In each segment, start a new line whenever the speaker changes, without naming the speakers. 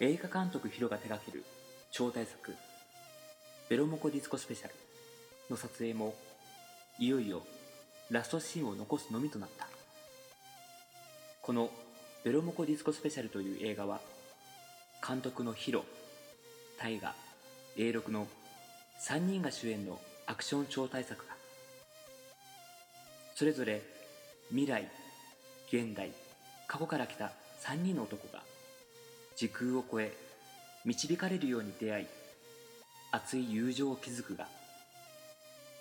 映画監督ヒロが手掛ける超大作ベロモコディスコスペシャルの撮影もいよいよラストシーンを残すのみとなったこのベロモコディスコスペシャルという映画は監督のヒロ大河 A6 の3人が主演のアクション超大作がそれぞれ未来現代過去から来た3人の男が時空を超え導かれるように出会い熱い友情を築くが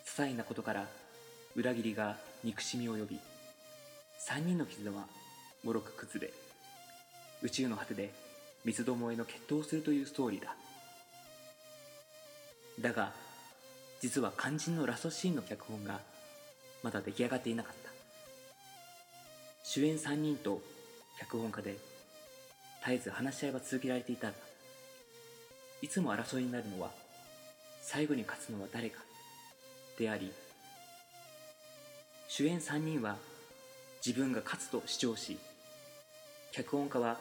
些細なことから裏切りが憎しみを呼び3人の絆はもろく崩れ宇宙の果てで三つどもえの決闘をするというストーリーだだが実は肝心のラストシーンの脚本がまだ出来上がっていなかった主演3人と脚本家で絶えず話し合いは続けられていたがいつも争いになるのは最後に勝つのは誰かであり主演3人は自分が勝つと主張し脚本家は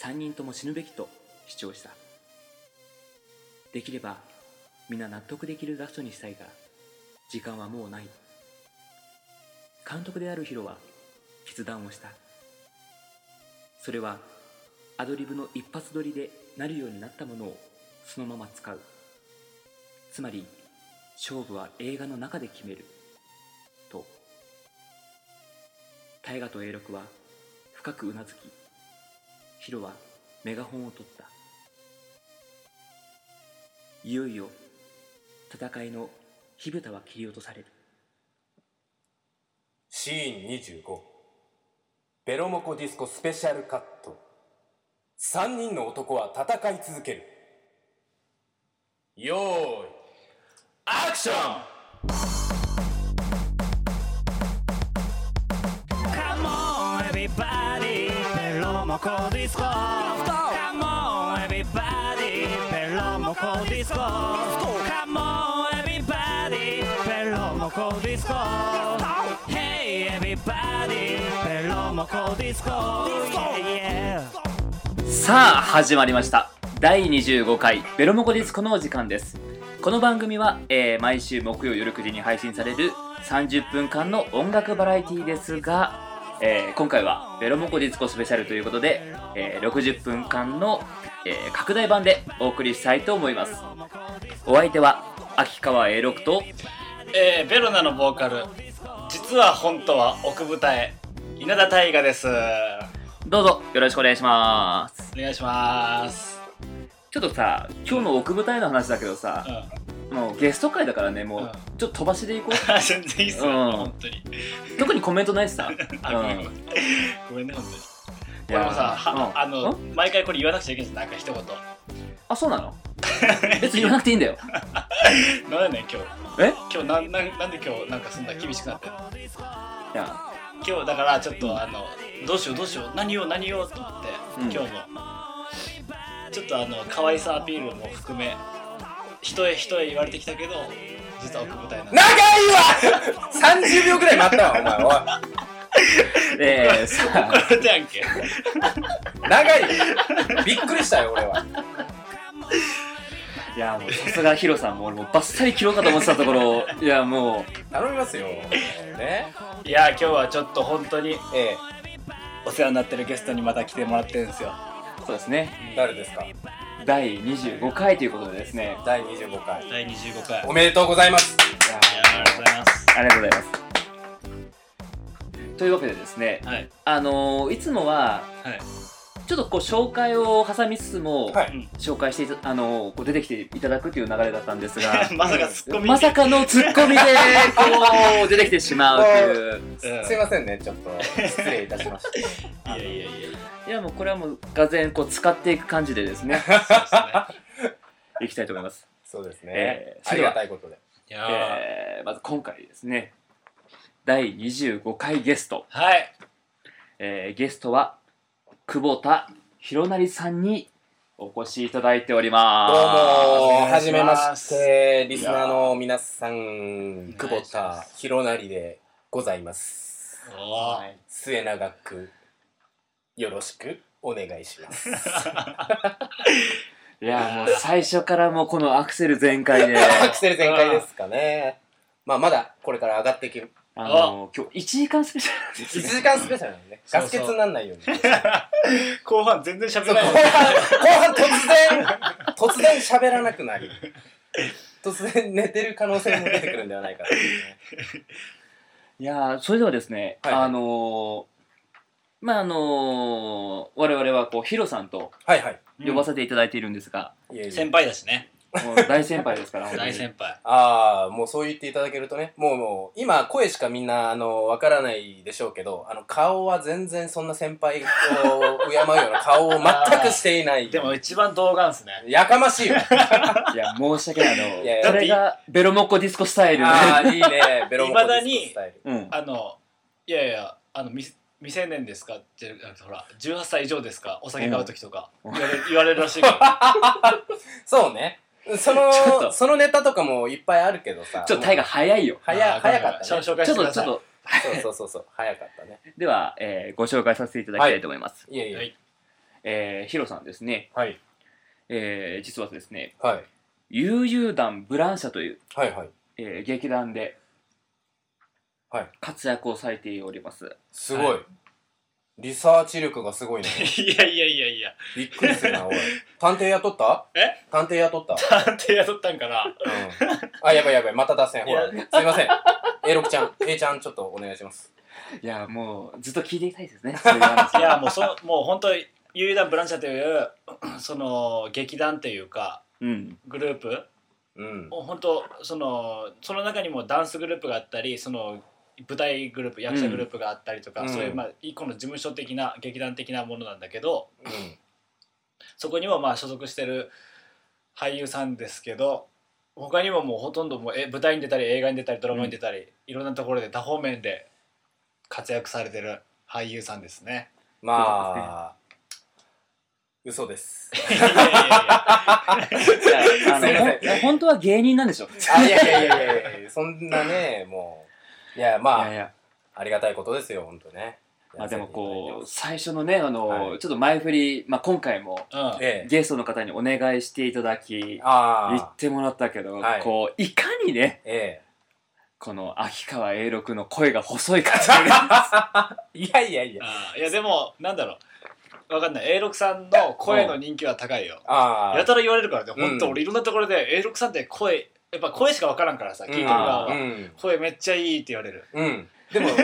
3人とも死ぬべきと主張したできれば皆納得できるラストにしたいが時間はもうない監督であるヒロは決断をしたそれはアドリブの一発撮りでなるようになったものをそのまま使うつまり勝負は映画の中で決めると大河と永六は深くうなずきヒロはメガホンを取ったいよいよ戦いの火蓋は切り落とされる
シーン25ベロモコディスコスペシャルカット3人の男は戦い続けるよーいアクション
Come on, everybody, Pelomoco Disco. Come on, everybody, Pelomoco Disco. Come on, everybody, Pelomoco Disco. Hey, everybody, Pelomoco Disco. Yeah, yeah.
さあ始まりました第25回ベロモコディスコのお時間ですこの番組は、えー毎週木曜夜9時に配信される30分間の音楽バラエティですが、えー今回はベロモコディスコスペシャルということで、えー60分間の、えー拡大版でお送りしたいと思いますお相手は秋川 A6 と
えー、ベロナのボーカル実は本当は奥舞台稲田大我ですお
どうぞよろしくお願いします
願いします
ちょっとさ今日の奥舞台の話だけど
う
さ、
ん
もうゲスト会だからねもう、
うん
ちょっと飛ばしでいこう
あ 全然いいっすよ、
うん
本当に
特にコメントないしさ。
あごめんごめんごめんね本当に
い
俺
や
もさは
うん
あの
ん
毎回これ言わなくちゃいけないじゃんなんか一言
あ、そうな の別に言わなくていいんだよ。
なんやねん今日
え
今日なんなんなんで今日なんかそんな厳しくなってんの
い や、
今日だからちょっとあのどうしようどうしよう何を何をと思って、
うん
今日もちょっとあの可愛さアピールも含め人へ人へ言われてきたけど実は奥舞台なんで
長いわ !30 秒くらい待ったわ、お前、お
で、さ
怒、られたやんけ
い。長いよ。びっくりしたよ、俺は。
いや、もうさすがヒロさん、もうもうバッサリ切ろうかと思ってたとこ ろ、いや、も
頼みますよ。ね。
いや今日はちょっと本当に
え
お世話になってるゲストにまた来てもらってるんですよ
う、そうですね、
え、誰ですか
第25回ということでですね、
第25回。
第25回い
おめでとうございます。
いや
やありがとうございます
ありがとうございます。というわけでですね、
はい
あのーいつもは、
はい
ちょっとこう紹介を挟みつつも、
はい
紹介していたあのーこう出てきていただくという流れだったんです が
まさかツッコミ
まさかのツッコミでこう出てきてしまうって いう
うん
すいませんね、ち ょっと。失礼いたしました。
いやいやいやいや
いやもうこれはもうがぜこう使っていく感じでですね
そうですね
いきたいと思います、
そうですね。
ええ
ありがたいことで。
いやー
えーまず今回ですね第25回ゲスト、
はい
えーゲストは久保田弘成さんにお越しいただいておりま
どう
す
もー、
お願
はいじ
し
めま
ま
し
す
て、リスナーの皆さん、
やー
久保田弘成でございます。
おー
はい
末永く、よろしくお願いします。
いや、もう最初からもうこのアクセル全開 で、
アクセル全開ですかね。まあ、まだこれから上がっていく。
あの、今日1時間スペシャルなんです
1
ね。
時間スペシャルなんでね。
そう
ガ
そう
ス欠にならないように。そう
後半全然喋れ
後
ない
半、後半突然、突然喋らなくなり、突然寝てる可能性も出てくるんではないかというね。
いやーそれではですね、
はい
あのーまああのー我々はこうヒロさんと
はいはい。
呼ばせていただいているんですが、
いえいえ
先輩だしね
もう大先輩 ですから本当に
大先輩
ああ、もうそう言っていただけるとね、もうもう、今声しかみんな、あの、わからないでしょうけど、あの、顔は全然そんな先輩を敬うような顔を全くしていない。
でも、一番童顔っすね
やかましいわ。
いや申し訳ないあの
いやいや
それがベロモッコディスコスタイル
ああ、いいね、ベロモコディスコスタイル。
うん、
あのいやいやあの未未成年ですかってじゃなくてほら18歳以上ですかお酒買う時とか言われ言われるらしいから
そうね。その
ちょっと、
そのネタとかもいっぱいあるけどさ。
ちょっとタイガー早いよ
早
あー
早かったね
紹介
ち
し
ょ
て
っ
く
とちょ
だ
っ
さい
と
そうそうそうそう、早かったね。
では、えーご紹介させていただきたいと思います、
いえい
は
え。
い
えーヒロさんですね、
はい。
えー実はですね
はい。
悠々団ブランシャという、
はいはい。
えー劇団で
はい
活躍をされております、
すごい。リサーチ力がす ごいね。
いやいやいやいや
びっくりするな、おい。探偵雇った
え
探偵雇った
探偵雇ったんかな
うんあ、やばいやばい、また脱線。ほら、すいません。A6 ちゃん、A ちゃん、ちょっとお願いします。
いやもうずっと聞いていきたい ですねそういう話
いやもうそのもう本当に有団ブランシャという その劇団というか
うん
グループ
うん。
もう本当そのその中にもダンスグループがあったりその舞台グループ役者グループがあったりとか、
うん
そういううんまあ一個の事務所的な劇団的なものなんだけど
うん
そこにもまあ所属してる俳優さんですけど他にももうほとんどもうえ舞台に出たり映画に出たりドラマに出たり、いろんなところで多方面で活躍されてる俳優さんですね。
まあ、嘘です。
いやいやいや
いやあの
すいません
ほん本当は芸人なんでしょ
あ、いやいやいやいやいや、そんなね、もう。いや、
いや
ま
い
あ、
や、
ありがたいことですよ、ほんとね。
まあ、でもこう
う。
最初のねあの、
はい
ちょっと前振り、まあ、今回も
うん
ええ。
ゲストの方にお願いしていただき言っ
ああ、
てもらったけど、
はい
こういかにね
え
この秋川栄六の声が細いかっていうね
え。 いやいやいや。
あーいやでもなんだろうわかんない A6 さんの声の人気は高いよ、
ああ。
やたら言われるからね
うん
本当俺いろんなところで A6 さんって声やっぱ声しか分からんからさ聞いてる側は、
うんうん。
声めっちゃいいって言われる
うん。でも、え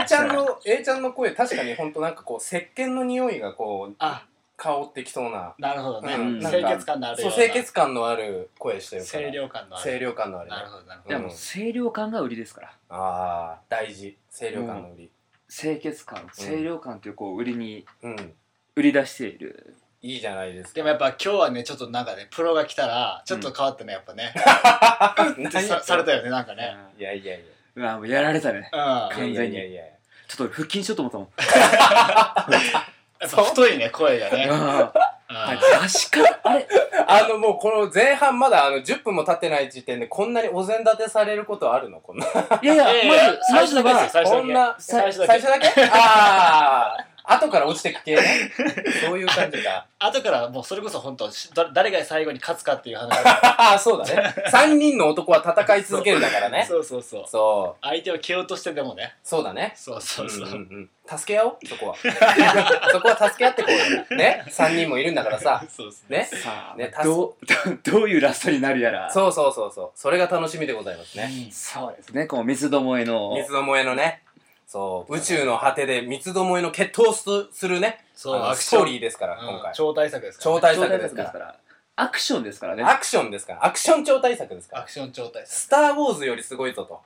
A ちゃん の、A ちゃんの声、確かにほんとなんかこう、石鹸の匂いがこう、
あ
香ってきそうな。
なるほどね、
うん
なんか
清潔感のある
そ
よ
う
うな
清潔感のある声してるから
清涼感のある
清涼感のあるね
なるほどなるほ
いやもう清涼感が売りですから
ああ大事清涼感の売り
清潔感清涼感というこう売りに
うん、
売り出している
いいじゃないですか
どでもやっぱ今日はねちょっとなんかねプロが来たらちょっと変わったねやっぱね、
何
でさされたよねなんかね
いやいやいや
うんうわもうやられたね
うんや
完全に
いやいやいやいや
ちょっと腹筋しようと思ったもん
っぱ太いね声がね、うん
ああ出し方あれ
あのもうこの前半まだあの10分も経ってない時点でこんなにお膳立てされることあるのこんな
いやいや
いやいや
まずまずは
最初だけ
こんな
最初だ
最
け
初だ けああ後から落ちてく系ね そういう感じか
後からもうそれこそ本当しだ誰が最後に勝つかっていう話
ああそうだ ね3人の男は戦い続けるだからね
そうそうそう
そう
相手を蹴落としてでもね
そうだね
そうそうそう、
んんうん、助け合おうそ こはそこは助け合ってこうよね3人もいるんだからさ
そうですね
ね
さあ、
ね
どうどういうラストになるやらう
そうそうそうそうそれが楽しみでございますね
そうですねこの三つどもえの
三つどもえのねそう宇宙の果てで三つどもえの決闘をすするね
そう
あの
アク
ス
ション
トーリーですから、
うん
今回
超大作ですから、
超
ね、
大作ですか
超大
ら
らアクションですからね
アクションですからアクション超大作ですか
ア
ら
クション超大作
スター・ウォーズよりすごいぞと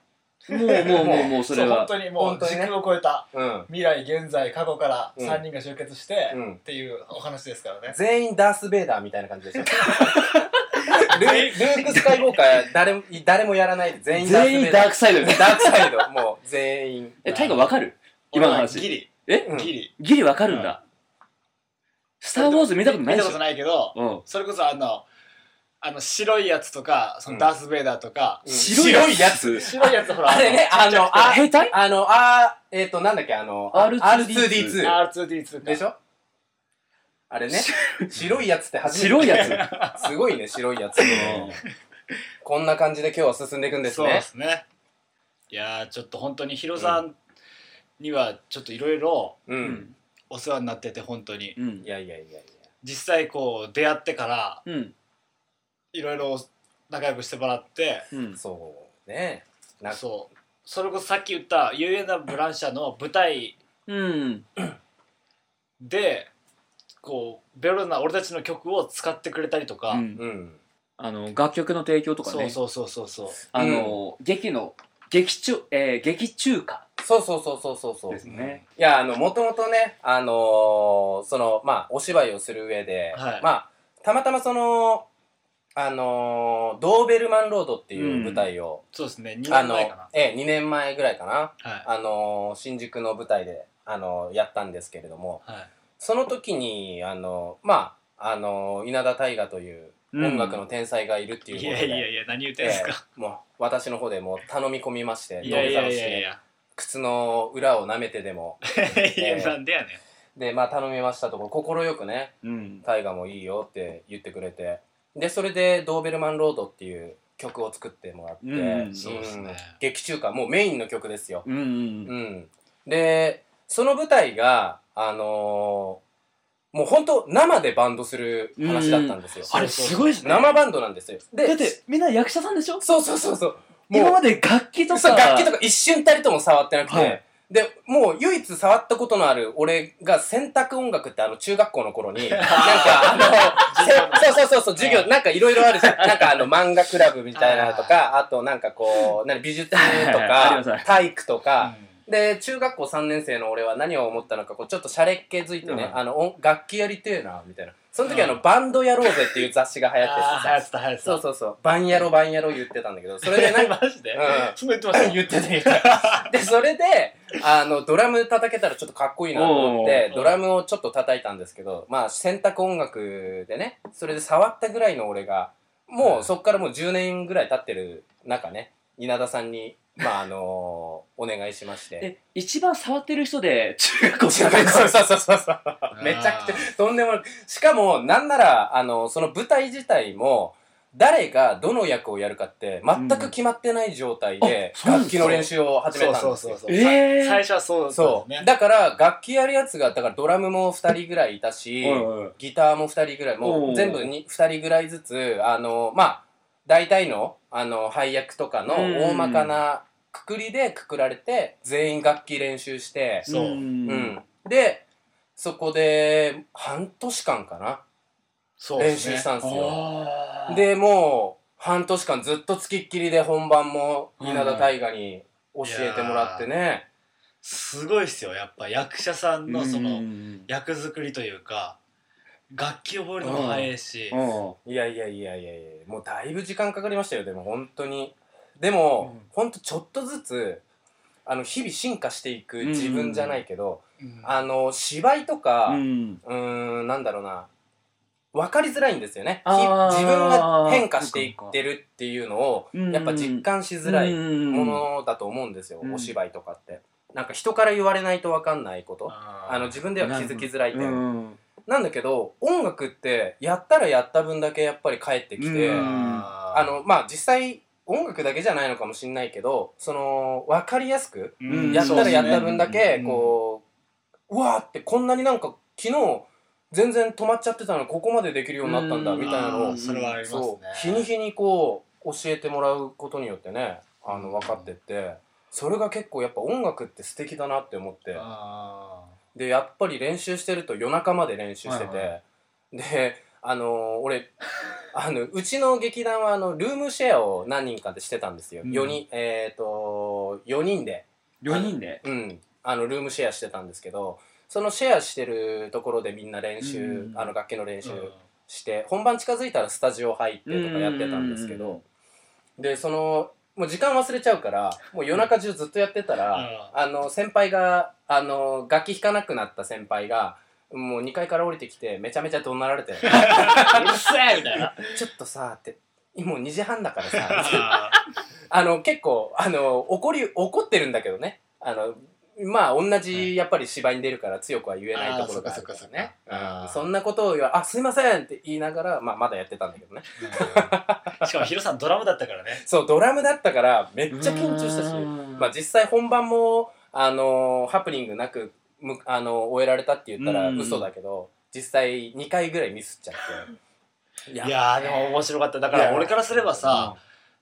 もうもうもうもうそ
そ
れ
う本
は
当にも
本
う
当
時
にね
空を超えた
うん
未来現在過去から
うん
3人が集結して、
うん
っていうお話ですからね
全員ダース・ベイダーみたいな感じでしょ ルールーク・スカイ・ウォーカー誰も誰もやらないで全員ダース・ベ
全
イダー
員ダークサイドです
ダークサイド、もう全員。
えタイガーわかる今の
俺は
話
ギリ
え
うん
ギリ、
ギリわかるんだスター・ウォーズ見たことないで
見た
し
こと
ょ
ないけど
うん
それこそあのあの白いやつとかそのダース・ベイダーとか、
うん
白いやつ
白いやつほら
あれね、あの、あ、
兵隊
あの、あ、ええっ、と、なんだっけ、あの、
R2D2
R2D2
R2D2 か
でしょ あれね、白いやつって初めて
白いやつ。
つ。 すごいね、白いやつ。こんな感じで今日は進んでいくんです
そうで
ね。
すねいやーちょっと本当にヒロさんにはちょっといろいろ
う。。
うん
お世話になってて本当に
うん
い。やいやいやいや。
実際こう出会ってから
うん。
いろいろ仲良くしてもらって
うん。
そうね。な
そうそれこそさっき言った「有名なブランシャ」の舞台
うん。
でこうベロな俺たちの曲を使ってくれたりとか、
うん
うん。
あの、楽曲の提供とか
そう
ね。
そうそうそうそう
あの、劇の、劇中、えー、劇中歌
そうそうそうそうそうそう。
ですね。
いや、あの、もともとね、あのーその、まあ、お芝居をする上で、
はい
まあ、たまたまその、あのードーベルマンロードっていう舞台を、
そうですね2
あ
年
の
前か、
ええ、2年前ぐらいかな、
なは
あのー新宿の舞台で、あのーやったんですけれども、
いはい
その時に、あのーまあ、あのー稲田大河という音楽の天才がいるっていう
い
こと
や
で、
いやいや何言ってん
え
すか、
えもう、私の方でもう頼み込みまして、
いやい
土下
や
座を
い
して
やいや
靴の裏を舐めてでも、
いやなんでや ねん
で、まあ、頼みましたところ、快くね、
うん。
大河もいいよって言ってくれてでそれで「ドーベルマンロード」っていう曲を作ってもらって、
うんうん
そうですね
劇中歌もうメインの曲ですよ、
うん。うん
う。ん、でその舞台があのーもう本当生でバンドする話だったんですよ、
あれ、すごいですね。
生バンドなんですよで
だって、みんな役者さんでしょ
そうそうそうそう
今
も
まで楽器と
う
か。
そう楽器とか一瞬たりとも触ってなくて、
はい
で、もう唯一触ったことのある俺が選択音楽ってあの中学校の 頃に、なんかあの、せそうそうそうそう、授業、なんかいろいろあるじゃ ん。なんかあの漫画クラブみたいなのとか、あとなんかこう、なに美術と
はい あり
か
ますね、
体育と
うん
か、で、中学校3年生の俺は何を思ったのか、こう、ちょっとシャレっ気づいてね
う、ん
あの、音楽器やりてえな、みたいな。その時あ
う
の、バンドやろうぜっていう雑誌が流行って
あー流行
さ、
ってた流行ってた
そうそうそう、バンやろバンやろ言ってたんだけど、それ でなんか、
マジで、
うん
そう言ってました
言ってた言ってたで、それで、あの、ドラム叩けたらちょっとかっこいいなと思っ
お
て
ー、
ドラムをちょっと叩いたんですけど、まあ、選択音楽でね、それで触ったぐらいの俺が、もうそっからもう10年ぐらい経ってる中ね、稲田さんに、まあ、あのー、お願いしまして。
え、一番触ってる人で、中学校
そうそうそうそうそう。めちゃくちゃ、とんでもなく。しかも、なんなら、あの、その舞台自体も、誰がどの役をやるかって、全く決まってない状態で、
うんあそうなん
楽
です
器
か
の練習を始めたんです
そ
よ。
うそうそうそう、
えー
さ最初はそうだったんで
そ
す
う。
ね
だから、楽器やるやつが、だからドラムも2人ぐらいいたし、
うん
ギターも2人ぐらい、も
お
う
う
全部に2人ぐらいずつ、あの、まあ、大体の、あの、配役とかの
うん
大まかなくくりでくくられて、全員楽器練習して、
そう
うん。
うん。で、そこで、半年間かな、
そう
練
ですね
習したんですよ。
あー、
で、もう、半年間ずっとつきっきりで本番も稲田大河に教えてもらってね。
すごいっすよやっぱ役者さんのその、
うん
役作りというか楽器覚えるのも早いし、
うん
いやいやいやいやいやもうだいぶ時間かかりましたよでも本当にでも、
うん
本当ちょっとずつあの日々進化していく自分じゃないけど、
うん
あの芝居とか
う
うんーんなんだろうな分かりづらいんですよねひ
あー
自分が変化していってるっていうのを
うん
やっぱ実感しづらいものだと思うんですよ、
うん
お芝居とかってなんか人から言われないと分かんないこと
あー
あの自分では気づきづらい点
うん
なんだけど音楽ってやったらやった分だけやっぱり返ってきて、
うん
あのまあ実際音楽だけじゃないのかもしれないけどその分かりやすく
うん
やった
そう
ら
ですね
やった分だけ
うん
こう,、うわーってこんなになんか昨日全然止まっちゃってたのにここまでできるようになったんだ
うん
みたいな
あ
の
ー
を
それはありますね
そう日に日にこう教えてもらうことによってねあの分かってってそれが結構やっぱ音楽って素敵だなって思って。
あ
でやっぱり練習してると夜中まで練習してて、
はい
であのー俺あのうちの劇団はあのルームシェアを何人かでしてたんですよ、
うん
4人えっ、と4人で、
4人で
うん、あのルームシェアしてたんですけどそのシェアしてるところでみんな練
う
習、
ん
あの楽器の練
ー
習
うん
して、本番近づいたらスタジオ入ってとかやってたんですけど、でそのもう時間忘れちゃうからもう夜中中ずっとやってたら、あの先輩があの楽器弾かなくなった先輩がもう2階から降りてきてめちゃめちゃ怒鳴られて
うるせえみたいな
ちょっとさってもう2時半だからさ
あ
あの結構あの怒り怒ってるんだけどねあのまあ同じやっぱり芝居に出るから強くは言えない
あ
と
ー
ころがあるから
そっかそっ
ね
かそっか
う
あ
ん
ー
そんなことを言わあすいませんって言いながら、まあ、まだやってたんだけどね
しかもヒロさんドラムだったからね
そうドラムだったからめっちゃ緊張したしまあ、実際本番も、あのーハプニングなくむ、あのー終えられたって言ったら
うん
嘘だけど、実際2回ぐらいミスっちゃってい
いやーでも面白かっただか
い
ら
や
俺からすればさ、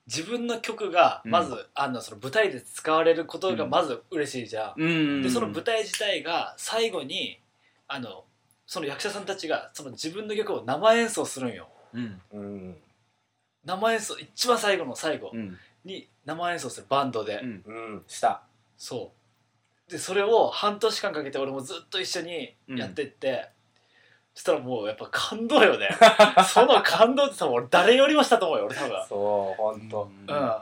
自分の曲がまず、あのその舞台で使われることがまず嬉しいじゃん、
うん
でその舞台自体が最後にあのその役者さんたちがその自分の曲を生演奏するんよ
うん
うん
生演奏一番最後の最後
うん
に生演奏するバンドで、
うん
うんした
そうでそれを半年間かけて俺もずっと一緒にやってって、そしたらもうやっぱ感 動よねその感動って多分俺誰よりもしたと思うよ俺多分
そうほんと、
うん
うん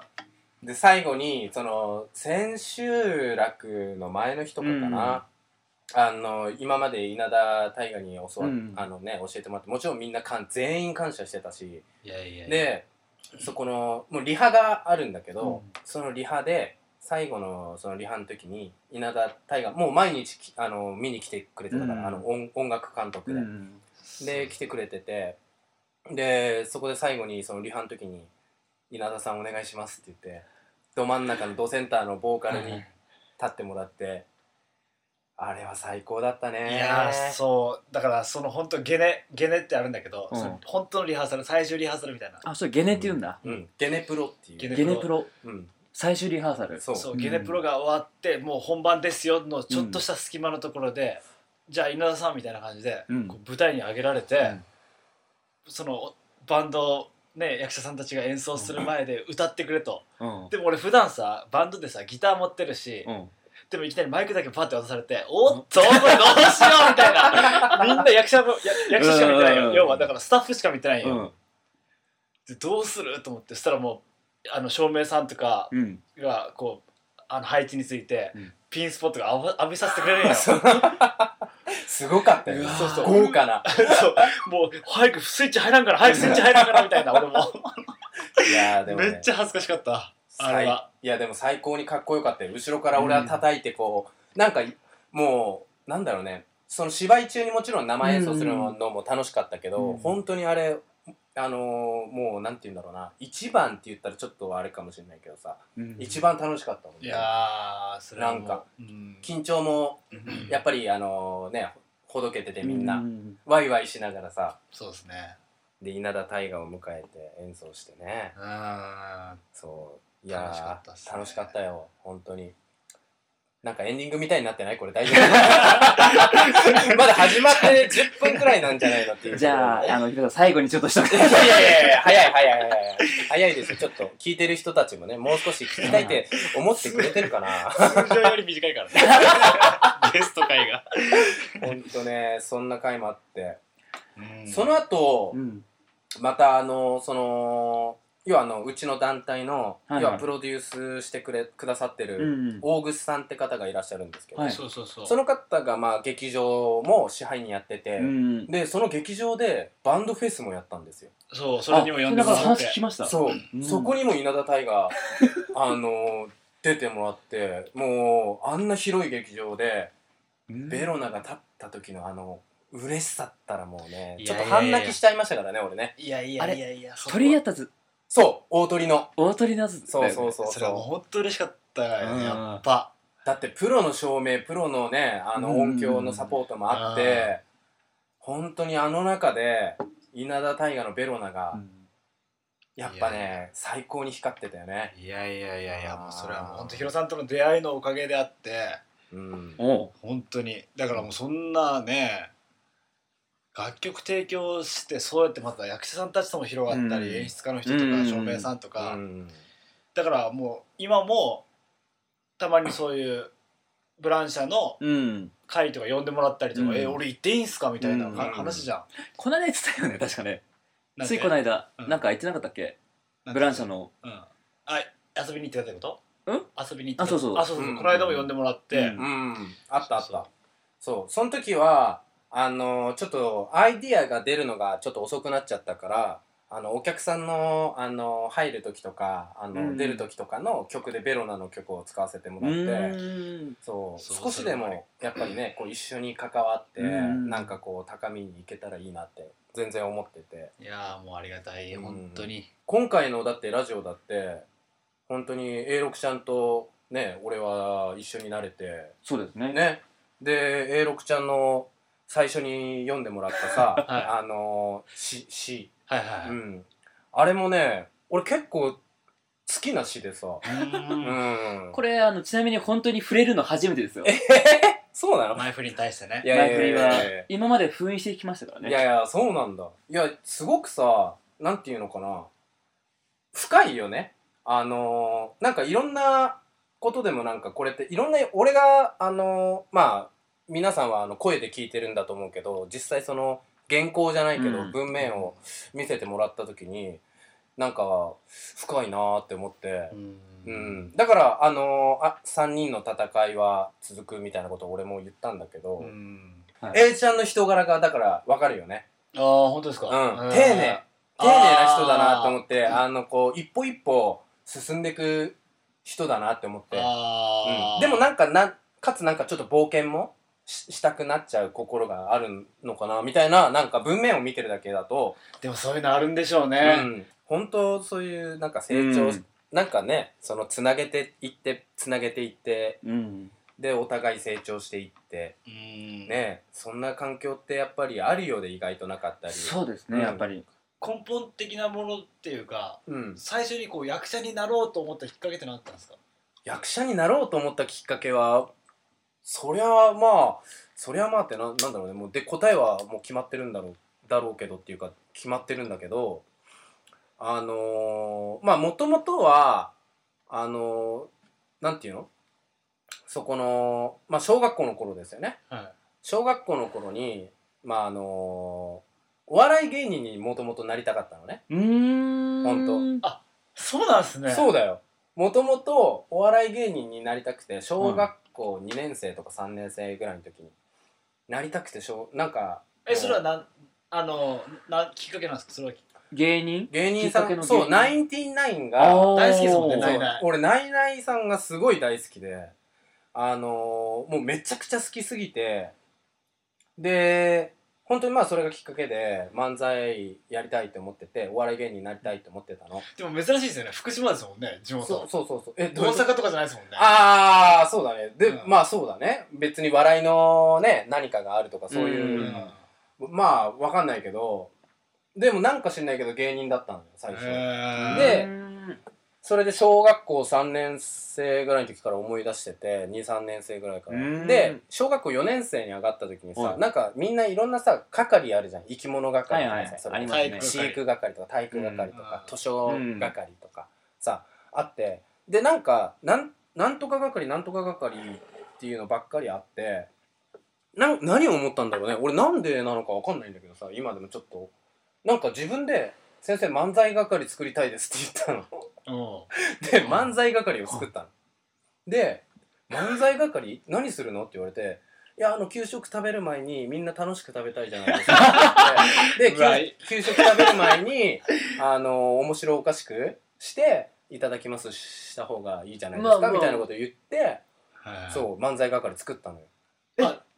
で最後にその千秋楽の前の日とかかな、あの今まで稲田大河に教わ、
うん
あのね教えてもらってもちろんみんなかん全員感謝してたし
いやいやいや
でそこのもうリハがあるんだけど、
うん
そのリハで最後のそのリハの時に稲田大河もう毎日きあの見に来てくれてたから、
うん
あの音音楽監督
う
で、
ん
で来てくれててでそこで最後にそのリハの時に「稲田さんお願いします」って言ってど真ん中のドセンターのボーカルに立ってもらってあれは最高だったね
いやーそうだからその本当ゲネゲネってあるんだけど、
うん
その本当のリハーサル最終リハーサルみたいな
あそれゲネって言うんだ
うん、ゲネプロってい
ゲ
う、
ネ
ゲネプロ
うん、
最終リハーサル
そう
そう
うん
ゲネプロが終わってもう本番ですよのちょっとした隙間のところで、じゃあ稲田さんみたいな感じで、
うん
こう舞台に上げられて、
うん
そのバンドね、役者さんたちが演奏する前で歌ってくれと、
うん
でも俺普段さバンドでさギター持ってるし、
うん
でもいきなりマイクだけパッて渡されて「おっとこれどうしよう」みた いなみんな役者のや役者しか見てない
うんうんう
よ
ん
要はだからスタッフしか見てないよ、
うん
でどうすると思ってそしたらもうあの照明さんとか
うん
がこうあの配置について、
うん
ピンスポットが浴び浴びさせてくれるん や
そ
そうう
すごかったよね
うわー
そうそう豪華な
もう早くスイッチ入らんから早くスイッチ入らんからみたいな俺も
いやーでも、ね、
めっちゃ恥ずかしかったあ
最
れはい
やでも最高にかっこよかったよ後ろから俺は叩いてこう、なんかもうなんだろうねその芝居中にもちろん生演奏するのも楽しかったけど、
うん
本当にあれあのーもうなんて言うんだろうな一番って言ったらちょっとあれかもしれないけどさ、
うん
一番楽しかったもんね
いやーそれはもう
なんか
うん
緊張も
うん
やっぱりあのねほどけててみんな、
うん
ワイワイしながらさ
そうですね
で稲田大河を迎えて演奏してね
うーん
そういやー
楽しかったっすね
楽しかったよ本当になんかエンディングみたいになってないこれ大丈夫まだ始まって10分くらいなんじゃないのっていう
じゃあ、あの、ひろさん最後にちょっとした。
いやいやいや早い早い早い早い早いですよちょっと聞いてる人たちもねもう少し聞きたいって思ってくれてるかな
通常より短いからね ゲスト会が、
本当ねそんな回もあって、そ
その
の後
うん。
またあのその要はあのうちの団体の、
はいはい
要はプロデュースしてくれくださって
う
る、
ん。
大楠さんって方がいらっしゃるんですけど、
はい
そうそうそう
その方がまあ劇場も支配にやってて、
うん。
でその劇場でバンドフェスもやったんですよ
そうそれにも呼んでも
あそれだから
らっ
話
て
聞きました。
そう、
うん
そこにも稲田大があの出てもらってもうあんな広い劇場で
うん
ベロナが立った時のあの嬉しさったらもうね
い
ちょ
や
っ
い
と
やい
半
や
泣きしちゃいましたからね俺ね
いやいやいやいやそこ
鳥やったず、
そう大鳥の
大鳥なず。
そうそうそう
それはもう
そう
本当嬉しかったよ
うん
ねやっぱ
だってプロの照明プロのねあの音響のサポートもあっ
うんうん
て本当にあの中で稲田大河のベロナが、
うん。
やっぱね最高に光ってたよね
いやいやいや
あ
いや
ー
もうそれはもう本当ヒロさんとの出会いのおかげであって
うん
おう。
本当にだからもうそんなね楽曲提供してそうやってまた役者さんたちとも広がったり、
うん
演出家の人と
う
か
ん
照明さんとか、
うん
だからもう今もたまにそういうブランシャの
うん。
会とか呼んでもらったりとか
う
「
ん
え俺行っていいんすか?」みたいな
うん
話じゃん。
こないだ言ってたよね、確かね。
なん
つ
で
いこの間
う、ん
なんか言ってなかったっけ
なんで
ブランシャの。
うん、あ遊びに行ってたってこと
ん
遊びに行ってた
あそうそう
あそうそう、
うん
この間も呼んでもらって、
うん
うんあったあったそうその時はあのちょっとアイディアが出るのがちょっと遅くなっちゃったからあのお客さんのあの入る時とかあの、
うん
出る時とかの曲でベロナの曲を使わせてもらって、
うん
そう
そう
少しで
それは
もやっぱりねこう一緒に関わって、
うん
なんかこう高みに行けたらいいなって全然思ってて
いやーもうありがたい
うん
本当に
今回のだってラジオだって本当に A6 ちゃんとね俺は一緒になれて
そうですね
ねで A6 ちゃんの最初に読んでもらった さ、
は
あの詩詩、
はいはいうはい
ん、あれもね俺結構好きな詩でさ、
う
うんん、
これあのちなみに本当に触れるの初めてですよ
そうなの
前振りに対してね
い
前
やい
振
やい
り
や
はい
や
今まで封印してきましたからね
いやいや、そうなんだ。いや、すごくさ、なんていうのかな。深いよね。あのー、なんかいろんなことでもなんかこれって、いろんな、俺が、あのー、まあ、皆さんはあの声で聞いてるんだと思うけど、実際その原稿じゃないけ
う
ど
ん
文面を見せてもらった時に、なんか深いなーって思って、
うん
うん、だから、あのーあ3人の戦いは続くみたいなことを俺も言ったんだけど、
うん
はい
A ちゃんの人柄がだから分かるよね。
ああ本当ですか
うん、
へー
丁寧丁寧な人だなと思
て
ってあのこう一歩一歩進んでいく人だなって思って、う
あー
ん、でもなんかなんかつなんかちょっと冒険もししたくなっちゃう心があるのかなみたいななんか文面を見てるだけだと、
でもそういうのあるんでしょうね、
うん、本当そういうなんか成長、
うん
なんかねそのつなげていってつなげていって
うん
でお互い成長していって
うん
ねそんな環境ってやっぱりあるようで意外となかったり
そうですね、
うん
やっぱり
根本的なものっていうか
うん、
最初にこう役者になろうと思ったきっかけって何だったんですか
役者になろうと思ったきっかけはそりゃあまあそりゃあまあってななんだろうねもうで答えはもう決まってるんだろうだろうけどっていうか決まってるんだけどあのーまあもともとはあのーなんていうのそこのまあ小学校の頃ですよね
は
小学校の頃にまああのーお笑い芸人にもともとなりたかったのね
うーん
本
当
そうなんですね
そうだよもともとお笑い芸人になりたくて小学校2年生とか3年生ぐらいの時になりたくてしょうなんか
えそれはなんあのなきっかけなんですかそれは
芸人
芸人さ
きっかけの芸
ん
人
そうナインティナイン
あ
が
ー
大好きですもんね
そう
ナイナイ
俺ナイナイさんがすごい大好きであのーもうめちゃくちゃ好きすぎてで本当にまあそれがきっかけで漫才やりたいと思っててお笑い芸人になりたいと思ってたの
でも珍しいですよね福島ですもんね地
そう
元
そうそうそうえ
大阪とかじゃないですもんね
ああそうだねで、
うん
まあそうだね別に笑いのね何かがあるとかそう
うん
いう、
へ
まあわかんないけどでもなんか知んないけど芸人だったのよ最初、
ー
で
うーん
それで小学校3年生ぐらいの時から思い出してて23年生ぐらいから、
うん
で小学校4年生に上がった時にさ、
はい
なんかみんないろんなさ係あるじゃん生き物係とかさ、
はいはい
それこそ
あります
ね
飼育係とか体育係とか、
うん
図書係とかさあってでなんかなんなんとか係なんとか係っていうのばっかりあってなん何を思ったんだろうね俺なんでなのかわかんないんだけどさ今でもちょっとなんか自分で「先生漫才係作りたいです」って言ったの。
うん
で漫才係を作ったの。で漫才係何するのって言われて「いやあの給食食べる前にみんな楽しく食べたいじゃないですか」 って言
うわ
ってで給給食食べる前にあの面白おかしくして「いただきます」した方がいいじゃないです
ま
か
あ
みたいなこと言って
はい
そう漫才係作ったのよ。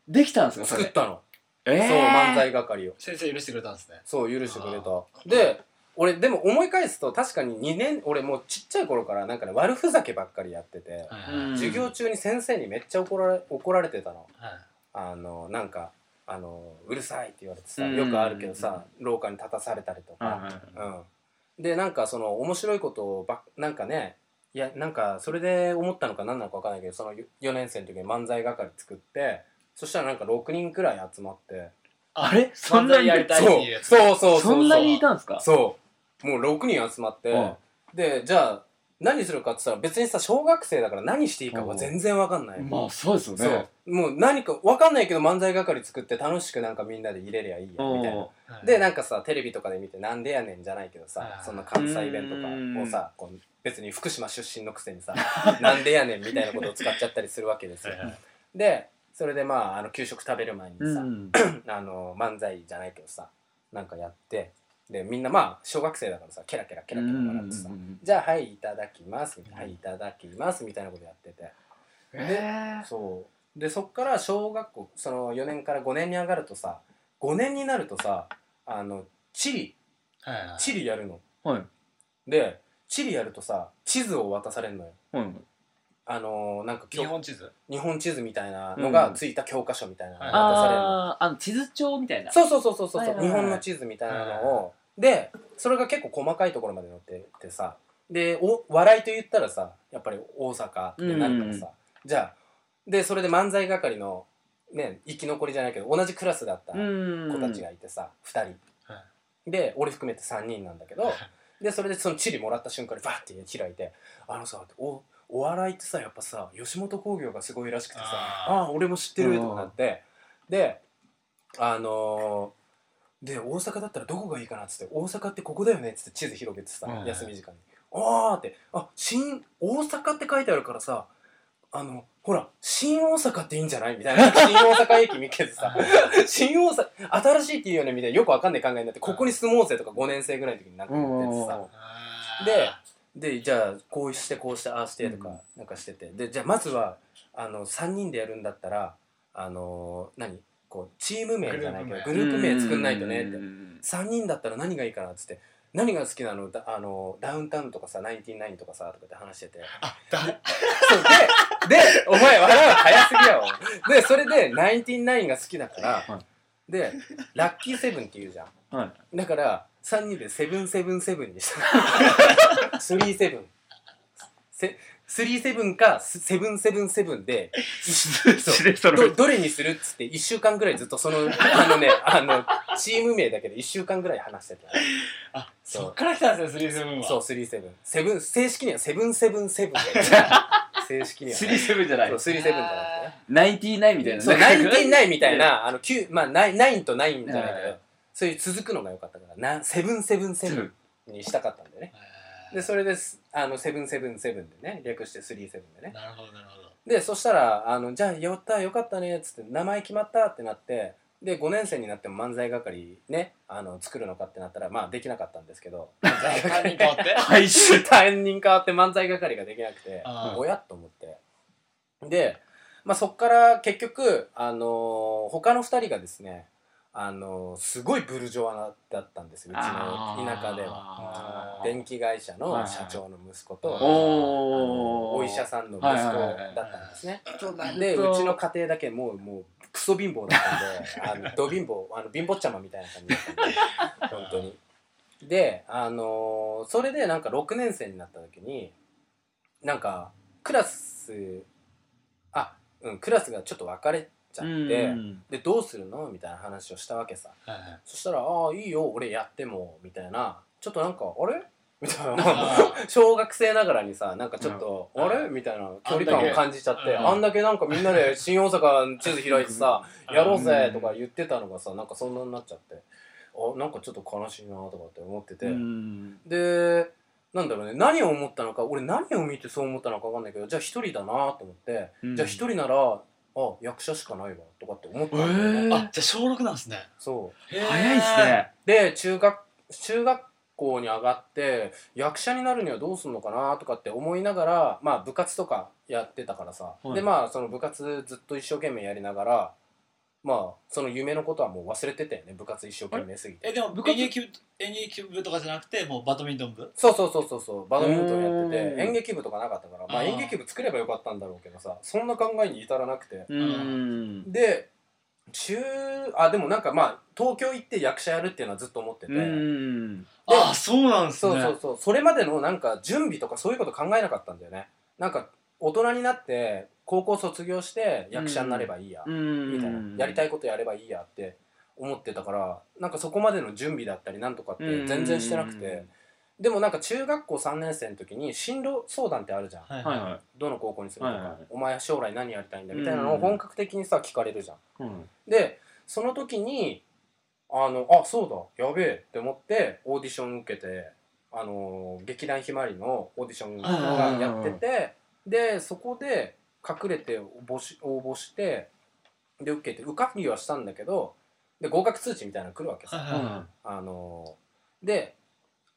できたんですかそ
作っ
れ
たの。
え
そう漫才係を。
先生許してくれたんですね
そう許してくれ
あ
たで俺でも思い返すと確かに2年俺もうちっちゃい頃からなんかね悪ふざけばっかりやってて、
はい
うん
授業中に先生にめっちゃ怒られ怒られてたの
はい
あのなんかあの「うるさい」って言われてさ
うん
よくあるけどさ廊下に立たされたりと
はい
か、
はい
うん、でなんかその面白いことをばっなんかねいやなんかそれで思ったのか何なのか分かんないけどその4年生の時に漫才係作ってそしたらなんか6人くらい集まって
あれそんなに
漫才やりたいっていうやつ
そうそうそうそう
そんなにいたんですか
そうもう6人集まって、
うん
でじゃあ何するかって言ったら別にさ小学生だから何していいか
う
は
ん
全然わかんない、
まあそうですよ
そう
ね
もう何かわかんないけど漫才係作って楽しくなんかみんなで入れりゃいいやみたいな
はい
でなんかさテレビとかで見て「なんでやねん」じゃないけどさ
あー
そんな関西弁とかをさこう別に福島出身のくせにさ「なんでやねん」みたいなことを使っちゃったりするわけですよ
はいはい
でそれでまああの給食食べる前にさ、
うん
あの漫才じゃないけどさなんかやってでみんなまあ小学生だからさケラケラケラケラ笑ってさ、じゃあはいいただきますみたいな、はいいただきますみたいなことやってて
え
そうでそっから小学校その4年から5年に上がるとさ5年になるとさあの地理
ーはいはい
地理やるの
はい
で地理やるとさ地図を渡されるのよ
はい
あのーなんかきょ
日本地図
日本地図みたいなのがついた教科書みたいなのが渡されるの、
あーあの地図帳みたいな
そうそうそうそうそう、
はいはいはい
日本の地図みたいなのを、でそれが結構細かいところまで載っててさでお笑いと言ったらさやっぱり大阪ってなるからさ、じゃあでそれで漫才係のね生き残りじゃないけど同じクラスだった子
子
たちがいてさ、二2人、
は
で俺含めて3人なんだけどでそれでその地理もらった瞬間にバッて開いて「あのさおお笑いってさやっぱさ吉本興業がすごいらしくてさ
あー
ああー俺も知ってる」とかなってであのーで大阪だったらどこがいいかなっつって「大阪ってここだよね」っつって地図広げてさ、
うん
休み時間に「ああ」って「あ新大阪」って書いてあるからさあのほら新大阪っていいんじゃないみたいな新大阪駅見つけてさ 新大阪新しいっていうよねみたいなよくわかんない考えになってここに住もうぜとか5年生ぐらいの時になって言っててさ、ででじゃあこうしてこうしてああしてとかなんかしてて、でじゃあまずはあの3人でやるんだったらあのー何こうチーム名じゃないけどグ
グ
ループ名作んないとねって
うん
3人だったら何がいいかなっつって何が好きなのだあのダウンタウンとかさナインティナインとかさとかって話してて
あだ
そうで、で、お前笑うの早すぎやわ。で、それで、ナインティナインが好きだから、
は
で、ラッキーセブンって言うじゃん。
はい
だから、3人でセブンセブンセブンにした。スリーセブン。せスリーセブンかスセブンセブンセブンで、
失礼したの
どどれにするっつって1週間ぐらいずっとその、あのね、あの、チーム名だけど1週間ぐらい話してた。
あ
そう
そっから来たんですね37は
そう、スリーセブン。セブン、正式にはセブンセブンセブ ン。正式には、ね。
37じゃな
そう、スリーセブンじゃなくてね。
ナインティナインみたいな
そう、ナインティ
イ
ナインみたいな、あの、九、まあ、ナインナインとナインじゃないけ
はい
ど、そういう続くのが良かったから、な、セブンセブンセブンにしたかったんだよね。で、それです、あの、セブンセブンセブンでね、略してスリーセブンでね。
なるほどなるほど
で、そしたら、あの、じゃあ、やった、よかったね、つって、名前決まったってなって、で、5年生になっても漫才係ね、あの、作るのかってなったら、まあ、できなかったんですけど、漫才
担
係
任変わって
配信
担任変わって漫才係ができなくて
ああ
おやっと思ってで、まあ、そっから結局、あのー他の2人がですね、あのーすごいブルジョワだったんですようちの田舎では
は
電気会社の社長の息子と、
はい
あの
おー
お医者さんの息子だったんですね、でうちの家庭だけもうもうクソ貧乏だったんであのど貧乏あの貧乏ちゃまみたいな感じだったんで本当にであのーそれでなんか6年生になった時になんかクラスあうんクラスがちょっと別れちゃって、でどうするのみたいな話をしたわけさ
はいはい
そしたら「ああいいよ俺やっても」みたいなちょっとなんか「あれ?」みた いな
あ
小学生ながらにさなんかちょっと「
うん
あれ?」みたいな距離感を感じちゃって
うん
あんだけなんかみんな で新大阪の地図開いてさ「
うん
やろうぜ」とか言ってたのがさなんかそんなになっちゃってあなんかちょっと悲しいなとかって思ってて
うん
でなんだろうね何を思ったのか俺何を見てそう思ったのか分かんないけどじゃあ一人だなと思って
うん
じゃあ一人ならあ役者しかないわとかって思ったんだよ
えー
ね
あじゃあ小6なんですね
そう
早いっすね
で中学中学校に上がって役者になるにはどうすんのかなとかって思いながら、まあ、部活とかやってたからさ、
はい
でまあその部活ずっと一生懸命やりながらまあその夢のことはもう忘れてたよね部活一生懸命すぎて
えでも
部活
演劇部演劇部とかじゃなくてもうバドミントン部
そうそうそうそうそうバドミントンやって
う
て
ん
演劇部とかなかったからまあ
あー
演劇部作ればよかったんだろうけどさそんな考えに至らなくて
うん
で中あでもなんかまあ東京行って役者やるっていうのはずっと思ってて、
うん
で
あそうなんです
そう
ね
そうそうそれまでのなんか準備とかそういうこと考えなかったんだよねなんか大人になって高校卒業して役者になればいいや、みたいなやりた
い
いことやればいいやって思ってたからなんかそこまでの準備だったりなんとかって全然してなくてでもなんか中学校3年生の時に進路相談ってあるじゃん
はい
はい
は
は
どの高校にすると
はいはい
か
はい
お前将来何やりたいんだみたいなのを本格的にさ聞かれるじゃん
いうん
でその時にあのあそうだやべえって思ってオーディション受けてあの劇団ひまわりのオーディションがやっててでそこで隠れて募集応募してで受けて受かりはしたんだけどで合格通知みたいなの来るわけ
い
さ、
はいはい
あので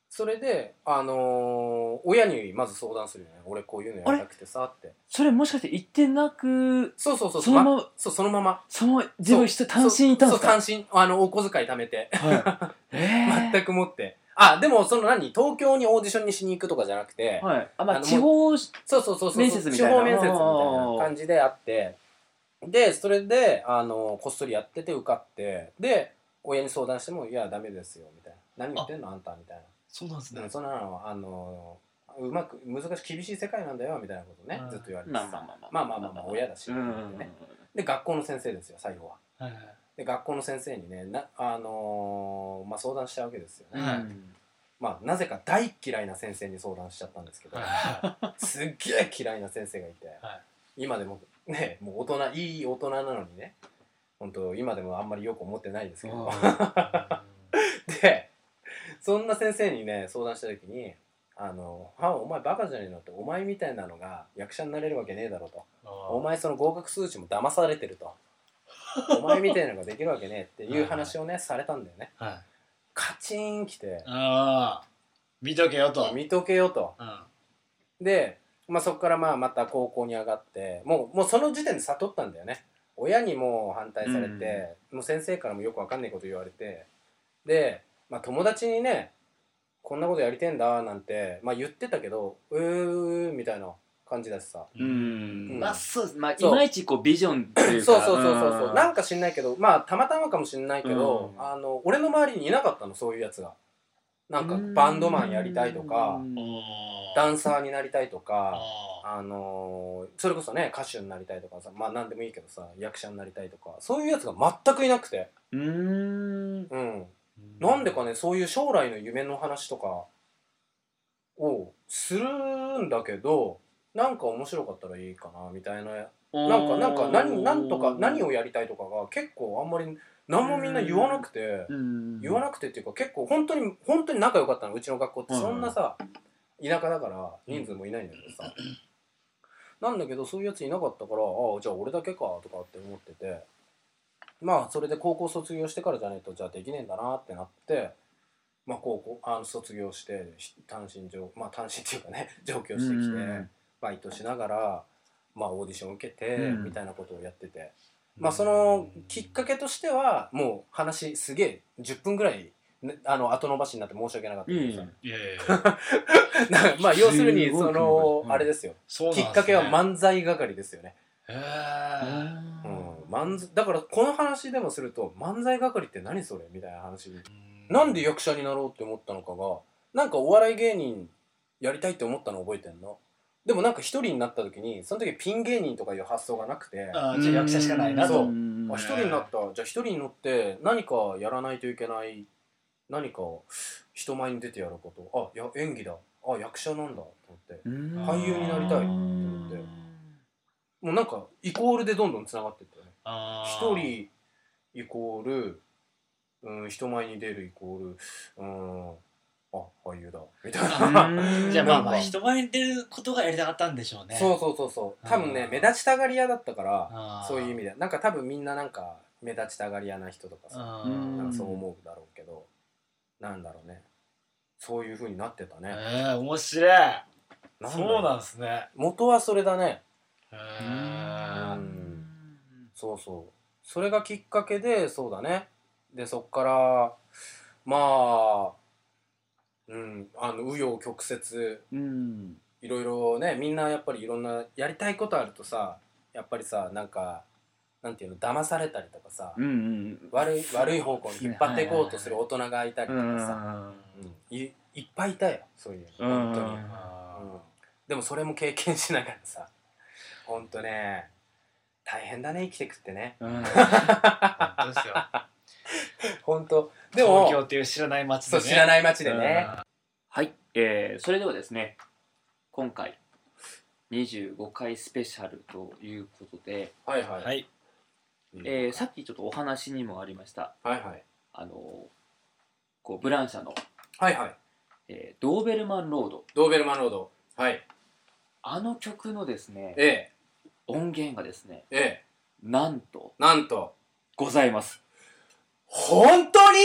それで、あのー親にまず相談するよね俺こういうのやりたくてさって
それもしかして行ってなく
そうそうそう
そのまま
まそうそのまま
その自分一人単身いたんですか
そうそう単身あのお小遣い貯めて
はいえー
全く持ってあでもその何東京にオーディションにしに行くとかじゃなくて、
はいあま
あ
あ
の
地方し
そうそうそうそう
面接みたいな
地方面接みたいな感じであってでそれであのこっそりやってて受かってで親に相談しても「いやダメですよ」みたいな「何言ってんのあんた」みたい
そうなんです
な、うんそんなのあのうまく難しい厳しい世界なんだよみたいなことね、
うん
ずっと言われて
まあ
さ
まあまあ
まあまあまあまあ親だし、
うんうんうん
ねで学校の先生ですよ最後は
はい
で学校の先生にねな、あのーまあ、相談しちゃうわけですよね、
はい
まあ、なぜか大嫌いな先生に相談しちゃったんですけど、
は
すっげえ嫌いな先生がいて、
はい
今でもねもう大人いい大人なのにね本当今でもあんまりよく思ってないですけど、でそんな先生にね相談した時に「あのはお前バカじゃねえの」って「お前みたいなのが役者になれるわけねえだろ」と「お前その合格数値も騙されてる」と 「お前みたいなのができるわけねえ」っていう話をねされたんだよね
はい
カチンきて
ああ見とけよと
「見とけよ」と。
うん
で、まあ、そこからまあまた高校に上がってもうもうその時点で悟ったんだよね親にもう反対されて、もう先生からもよくわかんないこと言われてで、まあ、友達にねこんなことやりてんだなんて、まあ、言ってたけどうーみたいな感じだしさ
うんうんまあそうですまあい
そう
まいちこうビジョンって
そ
いうう
そう
か
そうそうそううんなんか知んないけどまあたまたまかもしんないけど、
うん
あの俺の周りにいなかったのそういうやつがなんかバンドマンやりたいとか
うん
ダンサーになりたいとか
あ
あのーそれこそね歌手になりたいとかさまあ何でもいいけどさ役者になりたいとかそういうやつが全くいなくて、
うーん
うん、なんでかねそういう将来の夢の話とかをするんだけどなんか面白かったらいいかなみたいななんかなんか何なんとか何をやりたいとかが結構あんまり何もみんな言わなくて
うん
言わなくてっていうか結構本当に本当に仲良かったのうちの学校って
はいはい
そんなさ田舎だから人数もいないんだけどさ、なんだけどそういうやついなかったからああじゃあ俺だけかとかって思っててまあそれで高校卒業してからじゃないとじゃあできねえんだなってなってまあ高校あの卒業してひ単身上まあ単身っていうかね 上京してきて
うん
バイトしながらまあオーディション受けて
うん
みたいなことをやってて。まあそのきっかけとしてはもう話すげえ10分ぐらいねあの後延ばしになって申し訳なかった
いえ
け
いえ
いやいやいや
どさ まあ要するに
すごい興
そ
味深い
の
うん
あれですよ
そうなん
き
ですね
っかけは漫才係ですよね、
へ
あ
え
う
ー
ん、漫才だからこの話でもすると漫才係って何それみたいな話になんで役者になろうって思ったのかがなんかお笑い芸人やりたいって思ったの覚えてんのでもなんか一人になった時にその時ピン芸人とかいう発想がなくて
あーじゃあ役者しかないな
そう
と
ん
あ一人になったじゃあ一人に乗って何かやらないといけない何か人前に出てやることあや演技だあ役者なんだと思って
うん
俳優になりたいと思って もうなんかイコールでどんどんつながってったよね一人イコール、うん、人前に出るイコール、うん、あ俳優だみたい な。
うん
じゃあまあ
な
まあ
んか
人前に出ることがやりたかったんでしょうね
そうそうそうそう多分ね
うん
目立ちたがり屋だったから
あー
そういう意味でなんか多分みんななんか目立ちたがり屋な人とかさ
あ
うん
ー
なんかそう思うだろうけど、なんだろうねそういう風になってたね、
ええ面白い
なんだろ
そうなんですね
元はそれだね
へ
う
ー
ん
そうそうそれがきっかけでそうだねでそっからまあうんあの紆余曲折
うん
いろいろねみんなやっぱりいろんなやりたいことあるとさやっぱりさなんかなんていうの騙されたりとかさ、
うんうん
悪い悪い方向に引っ張っていこうとする大人がいたりと
う
か
ん
さ、うんいいっぱいいたよそういうの本当に。
うん
うんでもそれも経験しながらさほんとね大変だね生きてくってね
うん
本当ですよ
ほんと で
東京
も
っていう知らない街で
そう
ね
知らない街でね
はい、えー、それではですね今回25回スペシャルということで、
はいは
はい
えー、さっきちょっとお話にもありました
はいはい
あのーこうブランシャの、
はいはい
えードーベルマンロード」
ドーベルマンロードはい
あの曲のですね
ええ
音源がですね
ええ
なんと
なんと
ございます
本当に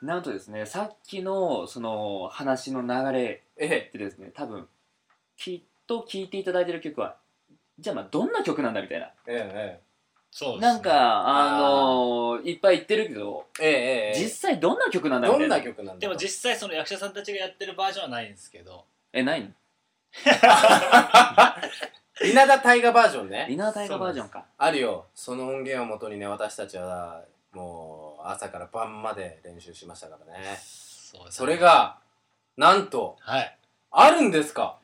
なんとですねさっきのその話の流れ
え
でですね多分きっと聴いていただいてる曲はじゃあまあどんな曲なんだみたいな、
ええ
そうですね
なんかあのいっぱい言ってるけど
ええええ
実
え
際どんな曲なんだみ
ど
たい
ん
な
な曲なんだ
で
ろ
も
う
実際その役者さんたちがやってるバージョンはないんですけど
えないの
稲田大河バージョンね
リナータイガーバージョンか
あるよその音源をもとにね私たちはもう朝から晩まで練習しましたからね
そう
それがなんと
はい
あるんですか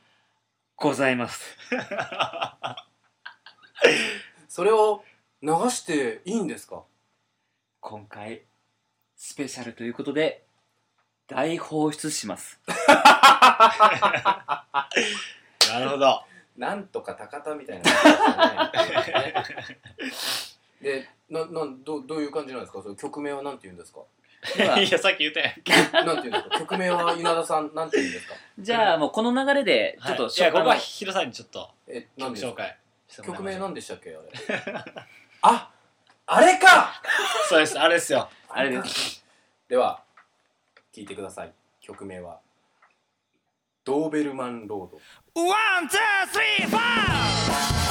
ございます
それを流していいんですか
今回スペシャルということで大放出します
なるほど
なんとか高田みたいな、 でななんどうどういう感じなんですかその曲名はなんて言うんですか
ではい
やさっき言ったやん
なんて言うんですか曲名は稲田さんなんて言うんですか
じゃあもうこの流れでちょっと
はい、いやここは
の
ヒロさんにちょっと
えなん
曲
です
紹
か
介してもら
曲
いまし
名
ょう
なんでしたっけあれああれか
そうですあれですよ
あれです
では聞いてください曲名は「ドーベルマンロード」
One, two, three, four!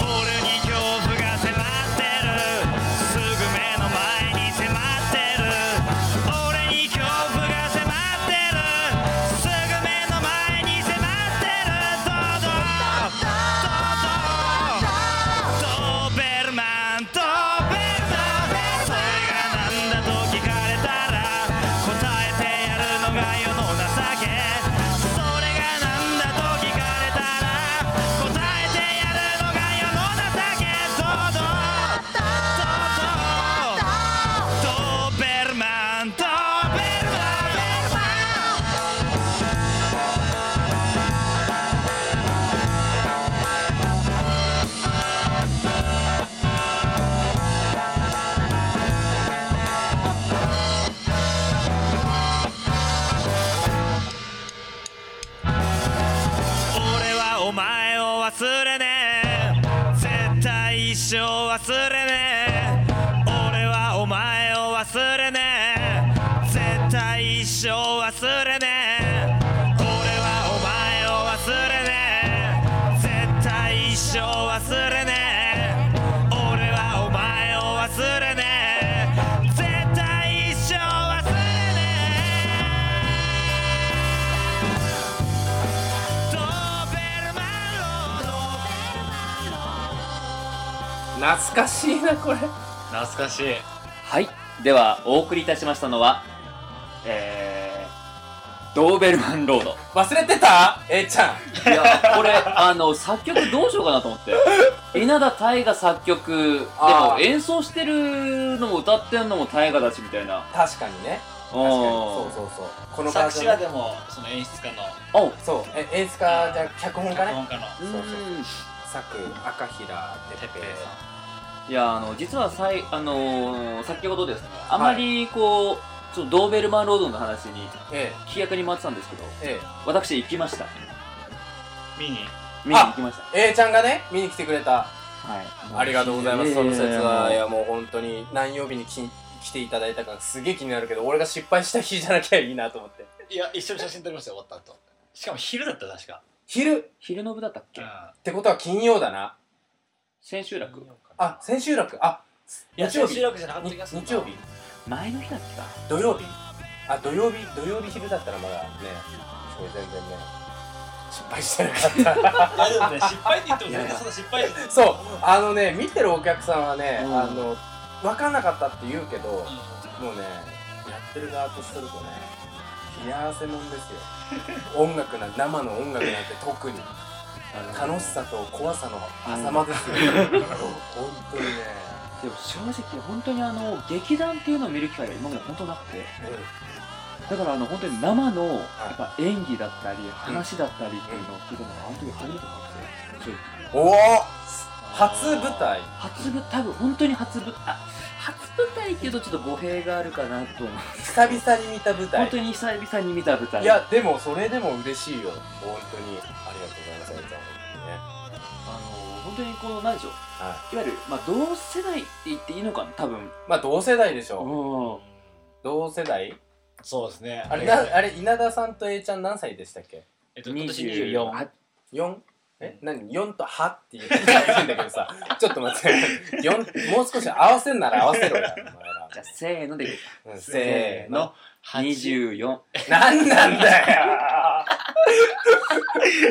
俺に恐怖が迫ってるすぐ目の前に迫ってる俺に恐怖が迫ってるすぐ目の前に迫ってるドドドドドドベルマンドベルマンそれが何だと聞かれたら答えてやるのが世の情けそれが何だと聞かれたら答えてやるのが世の情けドドドドドベルマンドベルマン俺はお前を忘れねえ絶対一生忘れねえ俺はお前を忘れねえ絶対一生忘れねえ俺はお前を忘れねえ絶対一生忘れねえ俺はお前を忘れねえ絶対一生忘れねえドーベルマンロード
懐かしいなこれ
懐かしい
はいではお送りいたしましたのはえー、ドーベルマンロード
忘れてたえいちゃん
いやこれあの作曲どうしようかなと思って稲田大河作曲で
あ
も
ー
演奏してるのも歌ってんのも大河だしみたいな
確かに
確
ね確かにそうそうそうこのバー
作
ジ
詞
ョ
は
ンね
でもその演出家の
お
そうえ演出家じゃ脚本家
脚
ね
本家の
う
そうそ
ん
作赤
哲
平哲
平さん
平
いやあの実はさい、あのー先ほどですねあまりこう、ちょっとドーベルマンロードの話に
え
飛躍に回ってたんですけど
え
私行きました
見に
見に行きました
ええちゃんがね見に来てくれた
はい
ありがとうございます
や
その説はい
や
やもう本当に何曜日にき来ていただいたかすげえ気になるけど俺が失敗した日じゃなきゃいいなと思って
いや一緒に写真撮りましたよ終わった後しかも昼だった確か
昼っ
昼の部だったっけ
う
てことは金曜だな
千秋楽
ん
あ千秋楽あ
いや
日曜日
収録じゃなかった
に
気がするな
日曜日
前の日だっけか
土曜日あ土曜日土曜日昼だったらまだねすごい全然ね失敗してなかった
いやでもね失敗って言っても全然そんな失敗じゃない
そう、あのね、見てるお客さんはね、
うん
あの、分かんなかったって言うけど、も
う
うね、やってる側とするとね、冷や汗もんですよ。音楽な、生の音楽なんて特に、楽しさと怖さの狭間ですよ。本当にね、
でも正直本当にあの劇団っていうのを見る機会が今まで本当なくてだからあの本当に生のやっぱ演技だったり話だったりっていうのを聞いたのがあの時初めてだったんですよ
うんおお初舞台
初ぶ多分本当に初ぶあ初舞台っていうとちょっと語弊があるかなと思う
久々に見た舞
本
台
当に久々に見た舞台
いやでもそれでも嬉しいよ本当にありがとうございますエリちゃん本当にね
あの本当にこの何でしょう
はい
わゆる、まあ、同世代って言っていいのかな多分
いまあ同世代でしょ
うん
同世代
そうですね。
あれ
です
な
ね
あれ稲田さんと A ちゃん何歳でしたっけ
えっと、今年24。
4? え何 ?4 と8って言ってたんだけどさ、 ちょっと待って、四もう少し合わせんなら合わせろや、お前ら
じゃあせーので
うん。せーの。
8
24
何なんだよ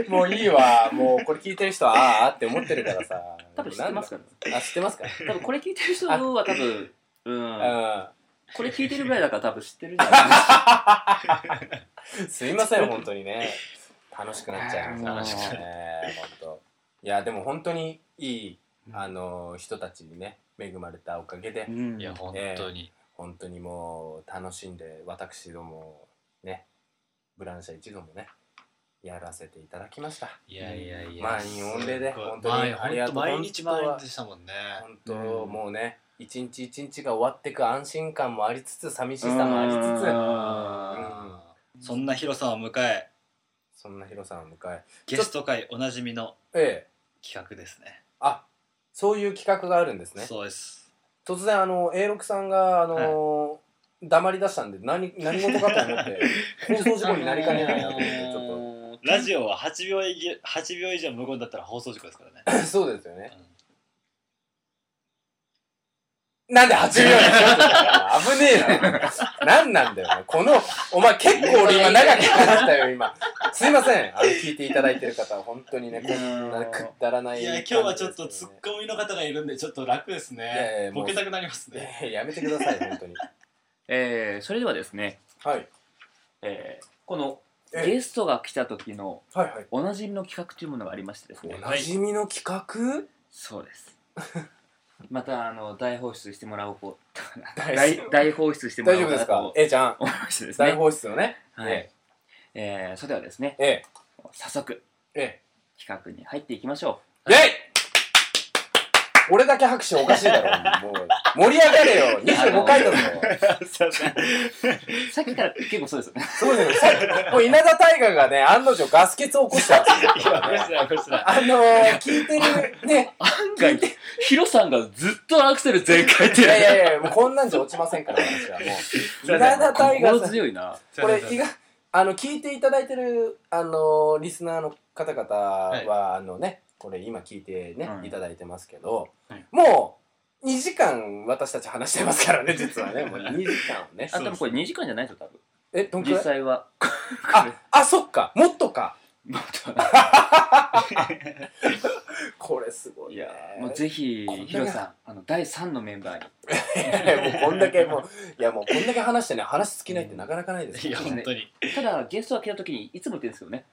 もういいわ。もうこれ聞いてる人は、あーあーって思ってるからさ。
多分知ってますから
なんだあ、知ってますか
多分これ聞いてる人は多分うん
う
これ聞いてるぐらいだから多分知ってるんじゃない
ん。すいません、本当にね。楽しくなっちゃいますね。
楽しくなっ
ね本当いや、でも本当にいい、あの人たちにね、恵まれたおかげで、
うん
いや、本当に。
本当にもう楽しんで私どもねブランシャ一度もねやらせていただきました
いやいやいや。
満員御礼です
ごい
本当に
まあ
ありがとう
本当毎
本
日
当は
満員でしたもんね。
本当、もうね一日一日が終わってく安心感もありつつ寂しさもありつつ
あ
そんな広さを迎え、
そんな広さを迎え
ゲスト会おなじみの
ええ
企画ですね。
あそういう企画があるんですね
そうです。
突然あの A6 さんがあの黙り出したんで何何事かと思って 放送事故になりかねないなと思ってちょ
ラジオは8秒以上8秒以上無言だったら放送事故ですからね。
っと そうですよね
うん
なんで8秒にしようとしたの危ねえな。なんなんだよ、ね、この、お前結構俺今長く話したよ、今。すいません。あの、聞いていただいてる方は本当にね、こんなくだらない、
いや今日はちょっとツッコミの方がいるんでちょっと楽です
いやい
ね
や。もう
ボケたくなりますね。
えーやめてください、本当に。
えーそれではですね、
はい。
えーこの
え
ゲストが来た時の
はいはい。
おなじみの企画というものがありましてですね
おなじみの企画
そうです またあの大放出してもらおう こう
大
大大放出しても
大
らおう
丈夫です
と
か ?A ちゃん、
思いましてです
大
ね、
放出のね。
はいえーそれではですね
ええ
早速
ええ
企画に入っていきましょ
えイェイ俺だけ拍手おかしいだろ、もう。盛り上がれよ !25 回だぞ。
うさっ きから結構そうですよね
そうですよさ。もう稲田大河がね、案の定ガス欠を起こしたんですよ。
こいつ ら
あのー、聞いてる、ね、
案外ヒロさんがずっとアクセル全開って
いやいやいや、もうこんなんじゃ落ちませんから、私はもう。稲田大
心
河さん、
強いな
これ、いがあの、聞いていただいてる、あのー、リスナーの方々は、
はい
あのね、これ今聞いてね、
うん
いただいてますけど、
はい
もう、2時間私たち話してますからね、 実はね、もう2時間をね。
あ多分これ2時間じゃないですよ
え、ど
多
ん
分実
くらい
際は
あ、あ、そっか、もっとか。
もっと
これすごい、
い
ね。
やもうぜひ
こんな
ヒロさんあの第3のメンバーに
もうこんだけもういやもうこんだけ話してね話尽きないってなかなかないです
い
よ
や本当に
ただゲストが来た時にいつも言ってるんですけどね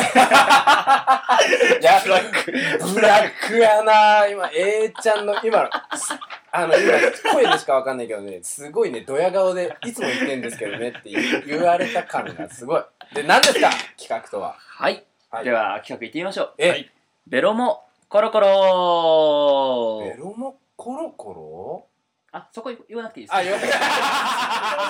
いやブラックブラックやな今 A ちゃんの今のすあの今声でしかわかんないけどねすごいねドヤ顔でいつも言ってんですけどねって言言われた感がすごいで何ですか企画とは
はい、
はい
では企画いってみましょう
え、
はい
ベロもコロコ
ベ
ロ
ロもコロコロ
あそこ言わなくていいです
あよかった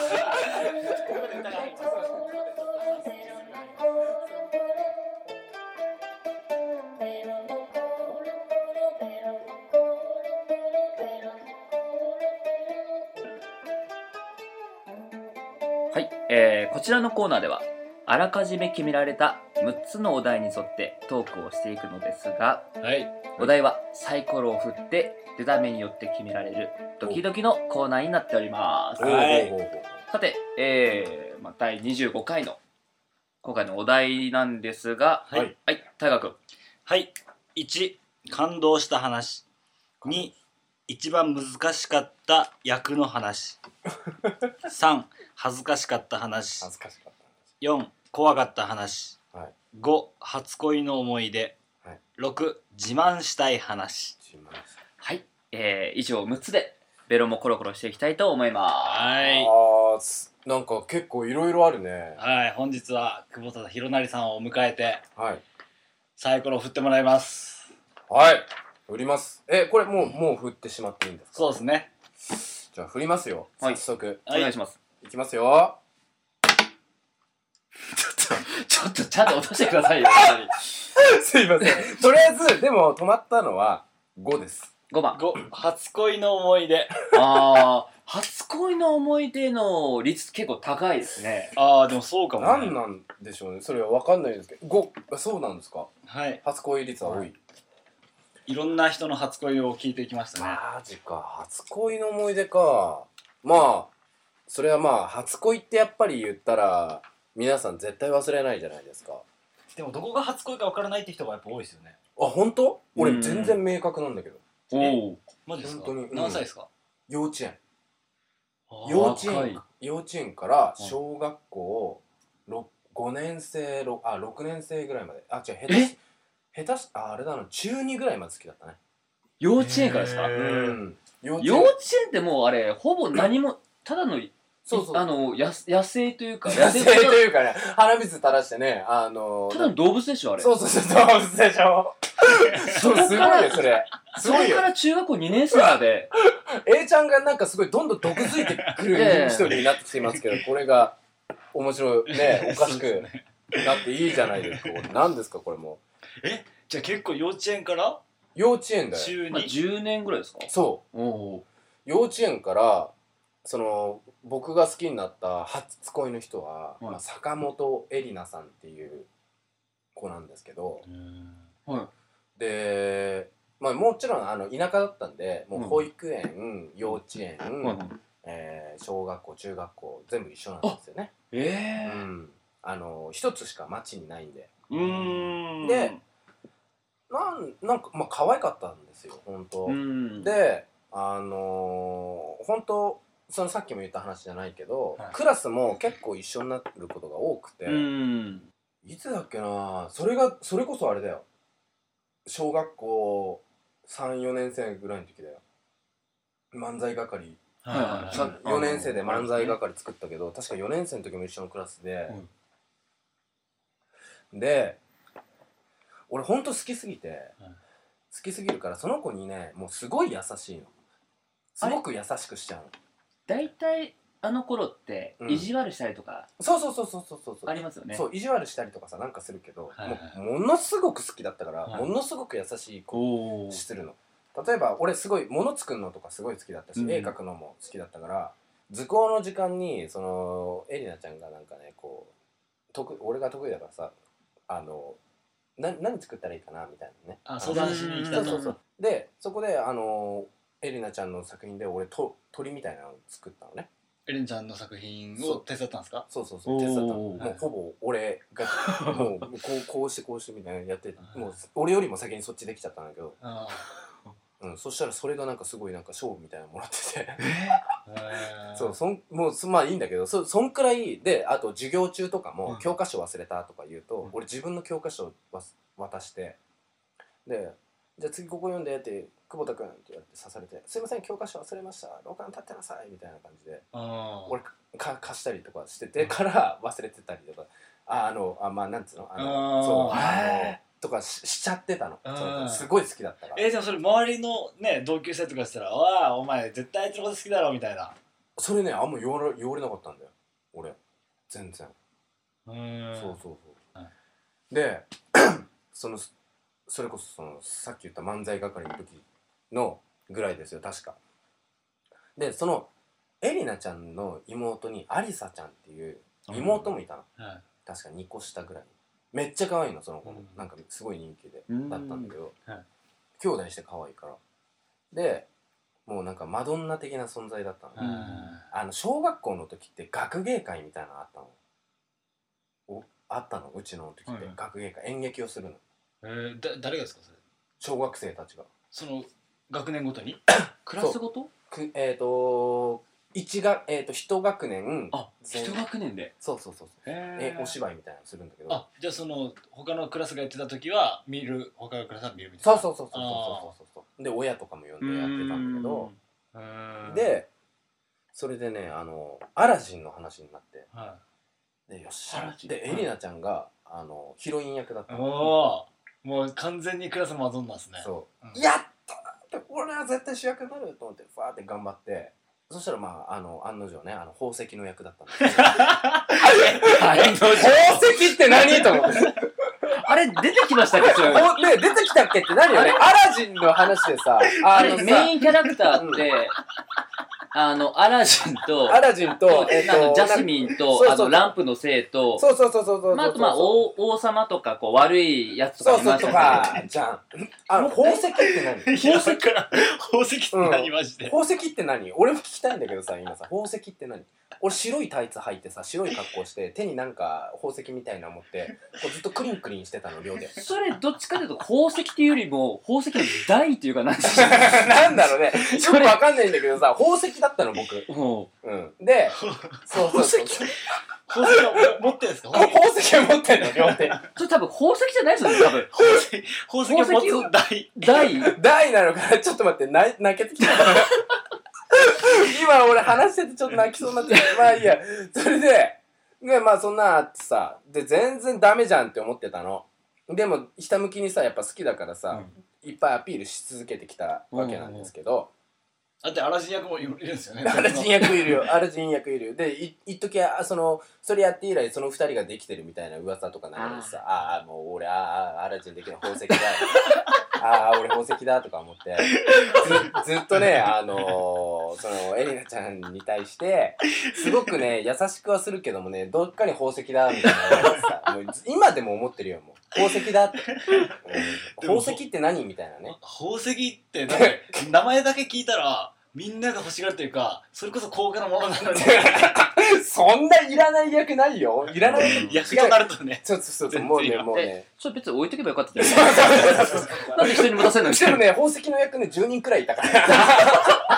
はい、えーこちらのコーナーではあらかじめ決められた6つのお題に沿ってトークをしていくのですが
はい
お題はサイコロを振って出た目によって決められるドキドキのコーナーになっております
は い
おうおうおう
さて、えーまあ、第25回の今回のお題なんですが
はい
はい大河君
はい1感動した話2一番難しかった役の話3恥ずかしかった話
恥ずかしかっ
4怖かった話、
はい
5初恋の思い出、
はい
6自慢したい話
た自慢した
はい、えー、以上6つでベロもコロコロしていきたいと思いま
はい
あーすなんか結構いろいろあるね
はい本日は久保田弘成さんをお迎えて
はい
サイコロを振ってもらいます
はい振りますえこれもうもう振ってしまっていいんですか
そうですね
じゃあ振りますよ。
はい
早速。
お願いします。
いきますよ。
ちょっとちゃんと落としてくださいよ、
すいませ ん。とりあえず、でも止まったのは5です。
5番。
ご初恋の思い出
ああ、初恋の思い出の率結構高いですね。
ああでもそうかも、ね、
何なんでしょうね。それは分かんないですけど。5、そうなんですか。
はい
初恋率は多い。
いろんな人の初恋を聞いていきましたね
マジか。初恋の思い出か。まあ、それはまあ、初恋ってやっぱり言ったら、皆さん絶対忘れないじゃないですか。
でもどこが初恋か分からないって人がやっぱ多いですよね
あ、本当？
う
俺
ん
全然明確なんだけど。
おお。
マジですか
本当にうん
何歳ですか、
幼稚園。
あー
幼稚園
若い
か幼稚園から小学校5年生ろあ6年生ぐらいまであ違う下手し下手しああれだな中2ぐらいまで好きだったね
幼稚園からですか
へ
う
ー
ん幼稚
幼
園
稚園ってもうあれ、ほぼ何も、ただの、
そうそう
あ の、やす野生というか、
野生と
という
いうかね鼻水垂らしてねあの
かただの動物でしょ、あれ。
そうそうそう動物でし ょそうすごいねそれす
そ
ご
れ
いよ
から中学校2年生まで、
A ちゃんがなんかすごいどんどん毒づいてくる
ええ
一人になってきていますけどこれが面白いねおかしくなっていいじゃないですかこれ何ですかこれも
じゃあ結構幼稚園から
う幼稚園だよ
中
まあ、
に
10年ぐらいですか
そう
おお
幼稚園からその僕が好きになった初恋の人は、
い
まあ坂本絵里奈さんっていう子なんですけどで、まあ、もちろんあの田舎だったんでもう保育園、幼稚園、
ー。はいはい
えー小学校中学校全部一緒なんですよね。う
ええ
ん、あの一つしか町にないんで
ー。うーん。
でなんなんかまあ可愛かったんですよ本当。
うん。
であのー本当そのさっきも言った話じゃないけど、
はい
クラスも結構一緒になることが多くて、
うん。
いつだっけなそれがそれこそあれだよ小学校34年生ぐらいの時だよ漫才係
はいはいはい
さ
4年生で漫才係作ったけど確か4年生の時も一緒のクラスで、で俺ほんと好きすぎて、
はい
好きすぎるからその子にねもうすごい優しいのすごく優しくしちゃうの
大体、あの頃って
う、ん
意地悪したりとか、
そうそうそうそうそうそう
ありますよね。
そう意地悪したりとかさなんかするけど、
はいはい
もうものすごく好きだったから、
はい
ものすごく優しい子
お
をするの例えば俺すごいもの作るのとかすごい好きだったし、
うん
絵描くのも好きだったから図工の時間にそのエリナちゃんがなんかねこう得俺が得意だからさあのな何作ったらいいかなみたいなね
あ相談しに来
そ
た
うそ
と
うそうでそこであのエリナちゃんの作品で俺と鳥みたいなのを作ったのね
エレンちゃんの作品を手伝ったんですか
そうそうそう手伝ったのも
おー
うほぼ俺 がもうこうこうしてこうしてみたいなのやってもう俺よりも先にそっちできちゃったんだけど、
あ
うん、そしたらそれがなんかすごいなんか賞みたいなのもらってて
あへ ー
そうそんもうそまあいいんだけどそそんくらいであと授業中とか
う
も
ん
教科書忘れたとか言うと、俺自分の教科書をわす渡してで「じゃあ次ここ読んで」って「久保田君」って言われて刺されて「すいません教科書忘れました廊下に立ってなさい」みたいな感じで
あー
俺か貸したりとかしててから忘れてたりとかああのあまあなんつうのあの
あー
そうあの
へ
とかししちゃってたの
うん
そのすごい好きだったから
えー、でもそれ周りのね同級生とかしたら「わあお前絶対あいつのこと好きだろ」みたいな
それねあんま言われ言われなかったんだよ俺全然、
うーん
そうそうそう、
はい
で そのそれこそそのさっき言った漫才係の時のぐらいですよ確かでそのエリナちゃんの妹にアリサちゃんっていう妹もいたの
はい
確か2個下ぐらいめっちゃ可愛いのその子も、
うん
なんかすごい人気で
うん
だったんだけど、
はい
兄弟して可愛いからでもうなんかマドンナ的な存在だったの、
うん
あの小学校の時って学芸会みたいなのあったのおあったのうちの時って、
はいはい
学芸会演劇をするの
えー、だ誰がですかそれ
小学生たちが
その学年ごとに
クラスごと
くえっ、と一がえっ、と一学年
あ、
全
一学年で。
そうそうそうそうえ
え
お芝居みたいなのするんだけど
あじゃあその他のクラスがやってた時は見る他のクラスは見るみたい
そう
な
そううそうそうそうそうそうそうで親とかも呼んでやってたんだけど
そうーん
でそれでねあのアラジンの話になって
は
でよっし
ア
ゃ
ラジン
でエリナちゃんがあのヒロイン役だっ
い
たの
おーもう完全にクラスマゾンなんですね
そううんやったーって俺は絶対主役になると思ってファーって頑張ってそしたらまあ、あの、案の定ね、あの、宝石の役だったの。
はい
宝石って 何と思って。
あれ、出てきましたっけそれ
ほんで、出てきたっけってなるよね。アラジンの話でさ、あ
あ
の
れ、メ
さ、
インキャラクターって、あの、アラジンと、
アラジンと、えっ
あの
と、
ジャスミンと
そう、そ
あ
う
の、ランプの生と、
そうそうそうそうそうそう。
まあ、あと、まあ、王王様とか、こう、悪いやつとか
そう
い
そう
ま
と
したけ
か、じゃん。あの、宝石って何
いやだから宝石って
う
何
ん
マジで
宝石って何俺も聞きたいんだけどさ今さ宝石って何俺白いタイツ履いてさ白い格好して手になんか宝石みたいなの持ってこうずっとクリンクリンしてたの両手
ど、それ、どっちかというと、宝石っていうよりも、宝石の台っていうか、なんていう
なんだろうねちょっとわかんないんだけどさ宝石だったの僕
のもう、
うんでそうそうそう
宝石は持ってるんですか
宝石を持ってんの両手
それ多分宝石じゃないですよね、多分。
宝石宝石
宝石
を
を
持つ台
台
台なのかなちょっと待って泣泣けてきた 今俺話しててちょっと泣きそうになってきたまあいいやそれでねまあそんなあってさで全然ダメじゃんって思ってたのでもひたむきにさやっぱ好きだからさ、いっぱいアピールし続けてきたわけなんですけど、
だってアラジン役もいるんですよね
アラジン役いるよアラジン役いるよでい一時はそのそれやって以来その二人ができてるみたいな噂とか流れてさあーあーもう俺あーあーアラジンできる宝石だああ俺宝石だとか思ってずずっとねあのーそのエリナちゃんに対してすごくね優しくはするけどもねどっかに宝石だみたいな言われてさもう今でも思ってるよもう宝石だって、うん
でも
宝石って何みたいなね
宝石ってなんか名前だけ聞いたらみんなが欲しがるというかそれこそ高価なものなのに
そんないらない役ないよいらない
役となるとね
そうそうそう
全然
もうね
いらん
もうね
それ別に置いとけばよかったですよねなんで人に持たせるのみた
で
い
も
な
ね、宝石の役ね、10人くらいい たから。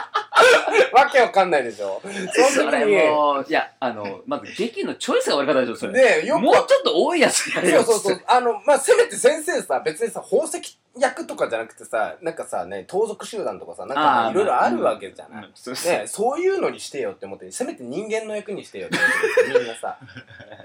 わけわかんないでしょ。そ
そ
の時
れ
に、
もう、いや、あの、まず劇のチョイスが悪かったでしょ、それ。
で、よく
もうちょっと多いやつやれ
そ
よ
うそうそう。あの、まあ、せめて先生さ、別にさ、宝石役とかじゃなくてさ、なんかさ、ね、盗賊集団とかさ、なん
あ
か
ー
いろいろあるわけじゃない。
そうそう
ね、そういうのにしてよって思ってせめて人間の役にしてよって思ってるみんなさ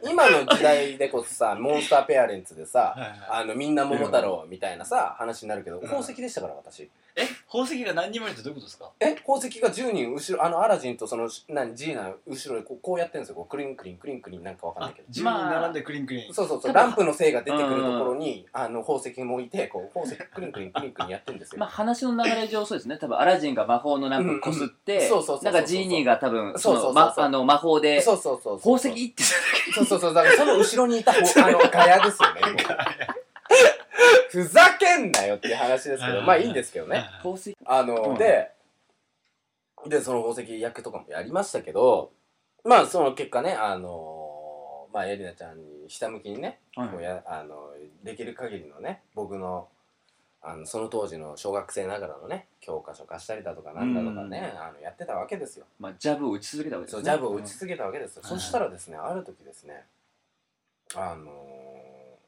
今の時代でこそさモンスターペアレンツで
はい
さ
はい
あのみんな桃太郎みたいなさ話になるけど宝石でしたから私
え宝石が何人もいるってどういうことですか
え宝石が10人後ろあのアラジンとその何ジーナ後ろでこうこうやってるんですよこうクリンクリンクリンクリンなんかわかんな
あ
いけど
10人並んでクリンクリン
そうそうそ
多分
うランプの精が出てくるところにあの宝石もいてこう宝石クリンクリンクリンクリンやってるんですよ、
まあ話の流れ上そうですね。多分アラジンが魔法のなんかこすっ
うんうん
て
そうそうそう、そ
な
うん
かジーニーが多分、そ
そう
の、
そうそう
ま
そう
あの、魔法で、
そうそうそうそ
宝
う
石って、
そうそうそうだからその後ろに いたほあのガヤですよねもうふざけんなよっていう話ですけどまあいいんですけどね
はい
宝石。
あ
う
の、
ん
で、で、その宝石役とかもやりましたけど、まあ、その結果ね、あの、まあ、エリナちゃんに、ひたむきにね、
はい
もうやあのできる限りのね、僕の、あのその当時の小学生ながらのね、教科書貸したりだとか、なんだとかね、あのやってたわけですよ。
まあジャブを打ち続けたわけです
そ
ね。
う、ジャブを打ち続けたわけですよ。
うん
そしたらですね、ある時ですね、あの、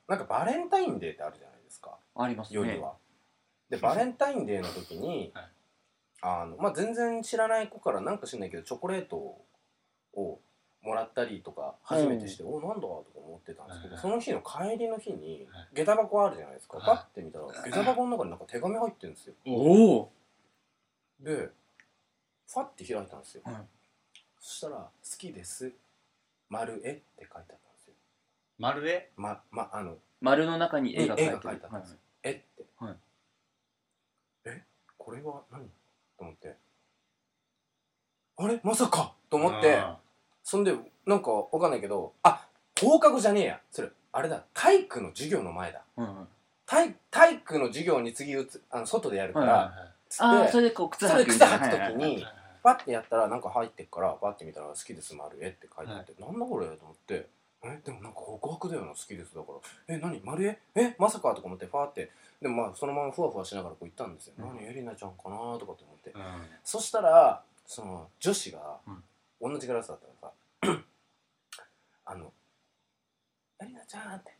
なんかバレンタインデーってあるじゃないですか。
あります
より
ね。
は。でバレンタインデーの時に、
はい
あのまあ、全然知らない子からなんか知んないけどチョコレートをもらったりとか初めてして「おなんだ?」とか思ってたんですけど、
はいはい
その日の帰りの日に
はい
下駄箱あるじゃないですか、
はい
パッて見たら下駄箱の中になんか手紙入ってるんですよ。
おお
でファッて開いたんですよ、
はい
そしたら「好きです丸絵」って書いてあったんですよ。
まるで
ままあの
丸の中に絵が描いて
絵が描いてあ
あ
るんですよえって、
はい
えこれは何と思ってあれまさかと思ってそんでなんかわかんないけどあ放課後じゃねえやそれあれだ体育の授業の前だ
る。うんうん
体体育の授業に次うつあの外でやるから、
はい
つ
あ
っ
あ、
て
それでこう、靴
そ
履
れ
く
で
み
靴
たいな。
履
はい
く
は
時
いはい
にパッてやったらなんか入ってっからパッて見たら「好きです丸絵」って書いてあって、なんだこれと思って「えでもなんか告白だよな好きです」だから「え何丸絵えまさか?」とか思ってパーってでもまあそのままふわふわしながらこう行ったんですよ「
うん
何エリナちゃんかな?」とかって思って、
うん
そしたらその女子が
うん
同じクラスだったからさ あの「エリナちゃん」って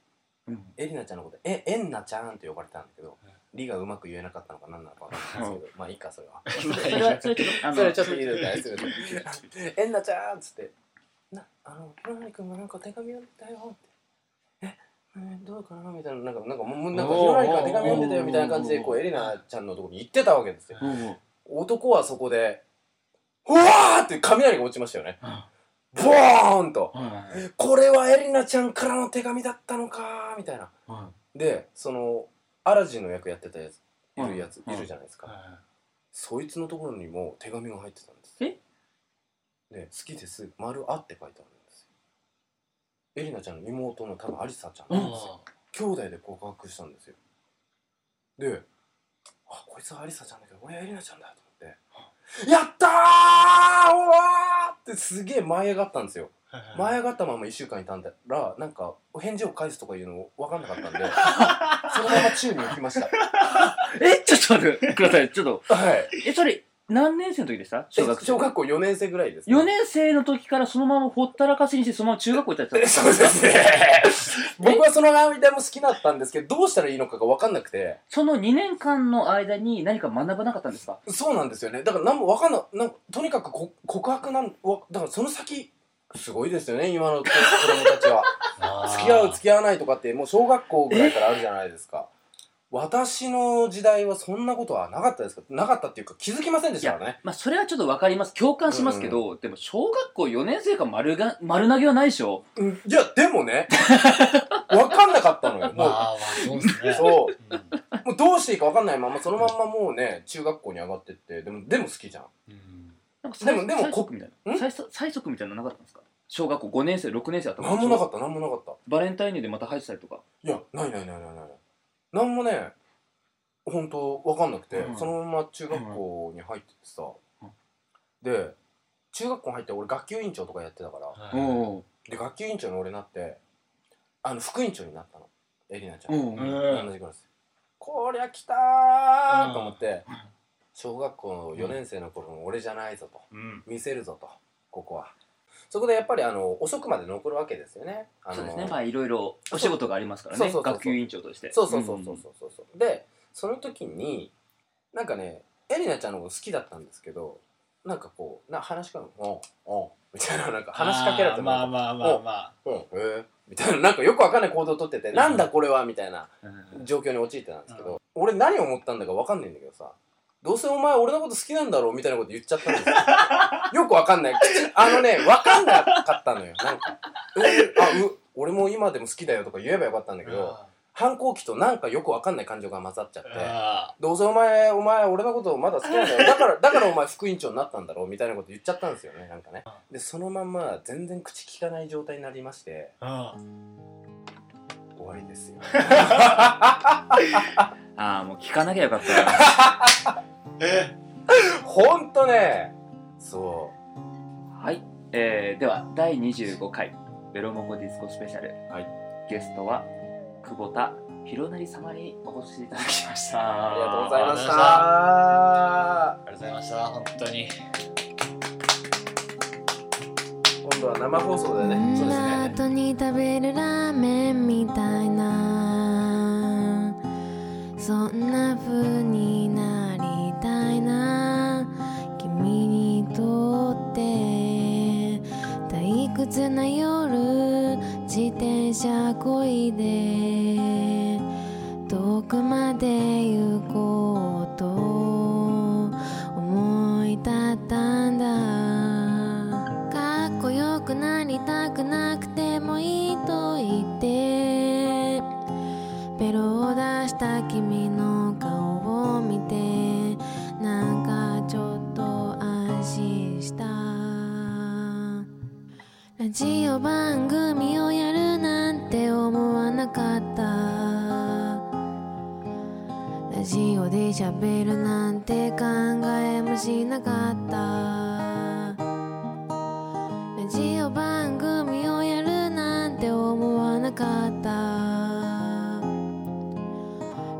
うん
エリナちゃんのこと「えエンナちゃん」って呼ばれてたんだけど
うん
「リ」がうまく言えなかったのか何なのか分かんないです けどまあいいかそれは。
それは、それちょっと、あ
それ
の
ちょっと言うの大丈 夫。えんなちゃんっつって、な、あの、ななにくんがなんか手紙読んだよって。え、えどうかなみたいな、なんか、なんか、もう、なんか、ひろなにくんが手紙読んでたよみたいな感じで、こう、エリナちゃんのとこに行ってたわけですよ。
おうおう
男はそこで、うわーって雷が落ちましたよね。ボーンと。
はい
これはエリナちゃんからの手紙だったのかーみたいな。
は
で、その、アラジンの役やってたやつ、いるやつ、
うん
いるじゃないですか。そいつのところにも手紙が入ってたんです。
え
で、好きです、丸あって書いてあるんですよ。エリナちゃんの妹の多分アリサちゃん
う
なんんですよ。兄弟で告白したんですよであこいつはアリサちゃんだけど俺はエリナちゃんだと思って「やったーおわー!」ってすげえ舞い上がったんですよ舞い上がったまま1週間いたんだらなんかお返事を返すとかいうの分かんなか ったんでそのまま宙に浮きました
え、ちょっと待ってください。ちょっと。
はい
え、それ、何年生の時でした小学生。
小学校4年生ぐらいです、
4年生の時からそのままほったらかしにして、そのまま中学校行ったやつだった
そうですね僕はその間も好きだったんですけどどうしたらいいのかが分かんなくて
その2年間の間に何か学ばなかったんですか
そうなんですよねだから何も分かんないなんとにかくこ告白なんわだからその先すごいですよね今の子子供たち は付き合う付き合わないとかってもう小学校ぐらいからあるじゃないですか私の時代はそんなことはなかったですかなかったっていうか気づきませんでしたからね
まあ、それはちょっとわかります。共感しますけど、でも、小学校4年生から丸が、丸投げはないでしょ
うんいやでも ね分かんなかったのよ
ま
もう、
あまあそうですね
そう
うん
もうどうしていいか分かんないままそのまんまもうね中学校に上がってってでもでも好きじゃん
うん
なんか最
でもでも
最速みたいな。
ん
最速最速みたいなのなかったんですか小学校5年生、6年生だった
何もなか
った。
った何もなかった
バレンタインデーでまた入ってたりとか。
いやないないないないないなんもね本当わかんなくて、
うん
そのまま中学校に入っててさ、
うん
で中学校に入って俺学級委員長とかやってたから、
は
お
い
お
で学級委員長に俺なってあの副委員長になったのエリナちゃ、
うんん。うん
うん
同じクラスこりゃ来たーと思って、小学校の4年生の頃の俺じゃないぞと
うん
見せるぞとここはそこでやっぱりあの遅くまで残るわけですよねあ
そ
の
うですね。まあ、いろいろお仕事がありますから
そう
ね。
そうそうそう
学級委員長として。
そうそうそうそうそうそうそうでその時になんかねエリナちゃんのこと好きだったんですけどなんかこうな話しかけおうおうみたいななんか話しかけられても
まあ
なんか
まあまあまあ
うんへえみたいななんかよくわかんない行動をとってて、なんだこれはみたいな
うん
状況に陥ってたんですけど、俺何を思ったんだかわかんないんだけどさどうせお前俺のこと好きなんだろうみたいなこと言っちゃったんですよ よくわかんない口あのねわかんなかったのよなんかうあう俺も今でも好きだよとか言えばよかったんだけど、反抗期となんかよくわかんない感情が混ざっちゃって
あ
どうせお前お前俺のことまだ好き なんだよだからだからお前副委員長になったんだろうみたいなこと言っちゃったんですよねなんかねでそのまんま全然口聞かない状態になりまして
あうん
終わりですよ
ああ、もう聞かなきゃよかったな。
え
ほんとねそ
はい。えー、では、第25回、ベロモコディスコスペシャル。
はい
ゲストは、久保田弘成様にお越しいただきまし
あ
た。
うありがとうございまし
ありがとうございました
た
ありがとうございました本当に
今度は生放送で
う
ね
ん
そうですね
後に食べるラーメンみたいなそんな風になりたいな君にとって退屈な夜自転車こいで遠くまで行こうと思い立ったんだかっこよくなりたくなくてもいいと言ってベロを出した君の顔を見てなんかちょっと安心したラジオ番組をやるなんて思わなかったラジオで喋るなんて考えもしなかったラジオ番組をやるなんて思わなかった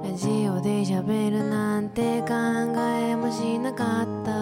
ラジオで喋るなんて考えもしなかった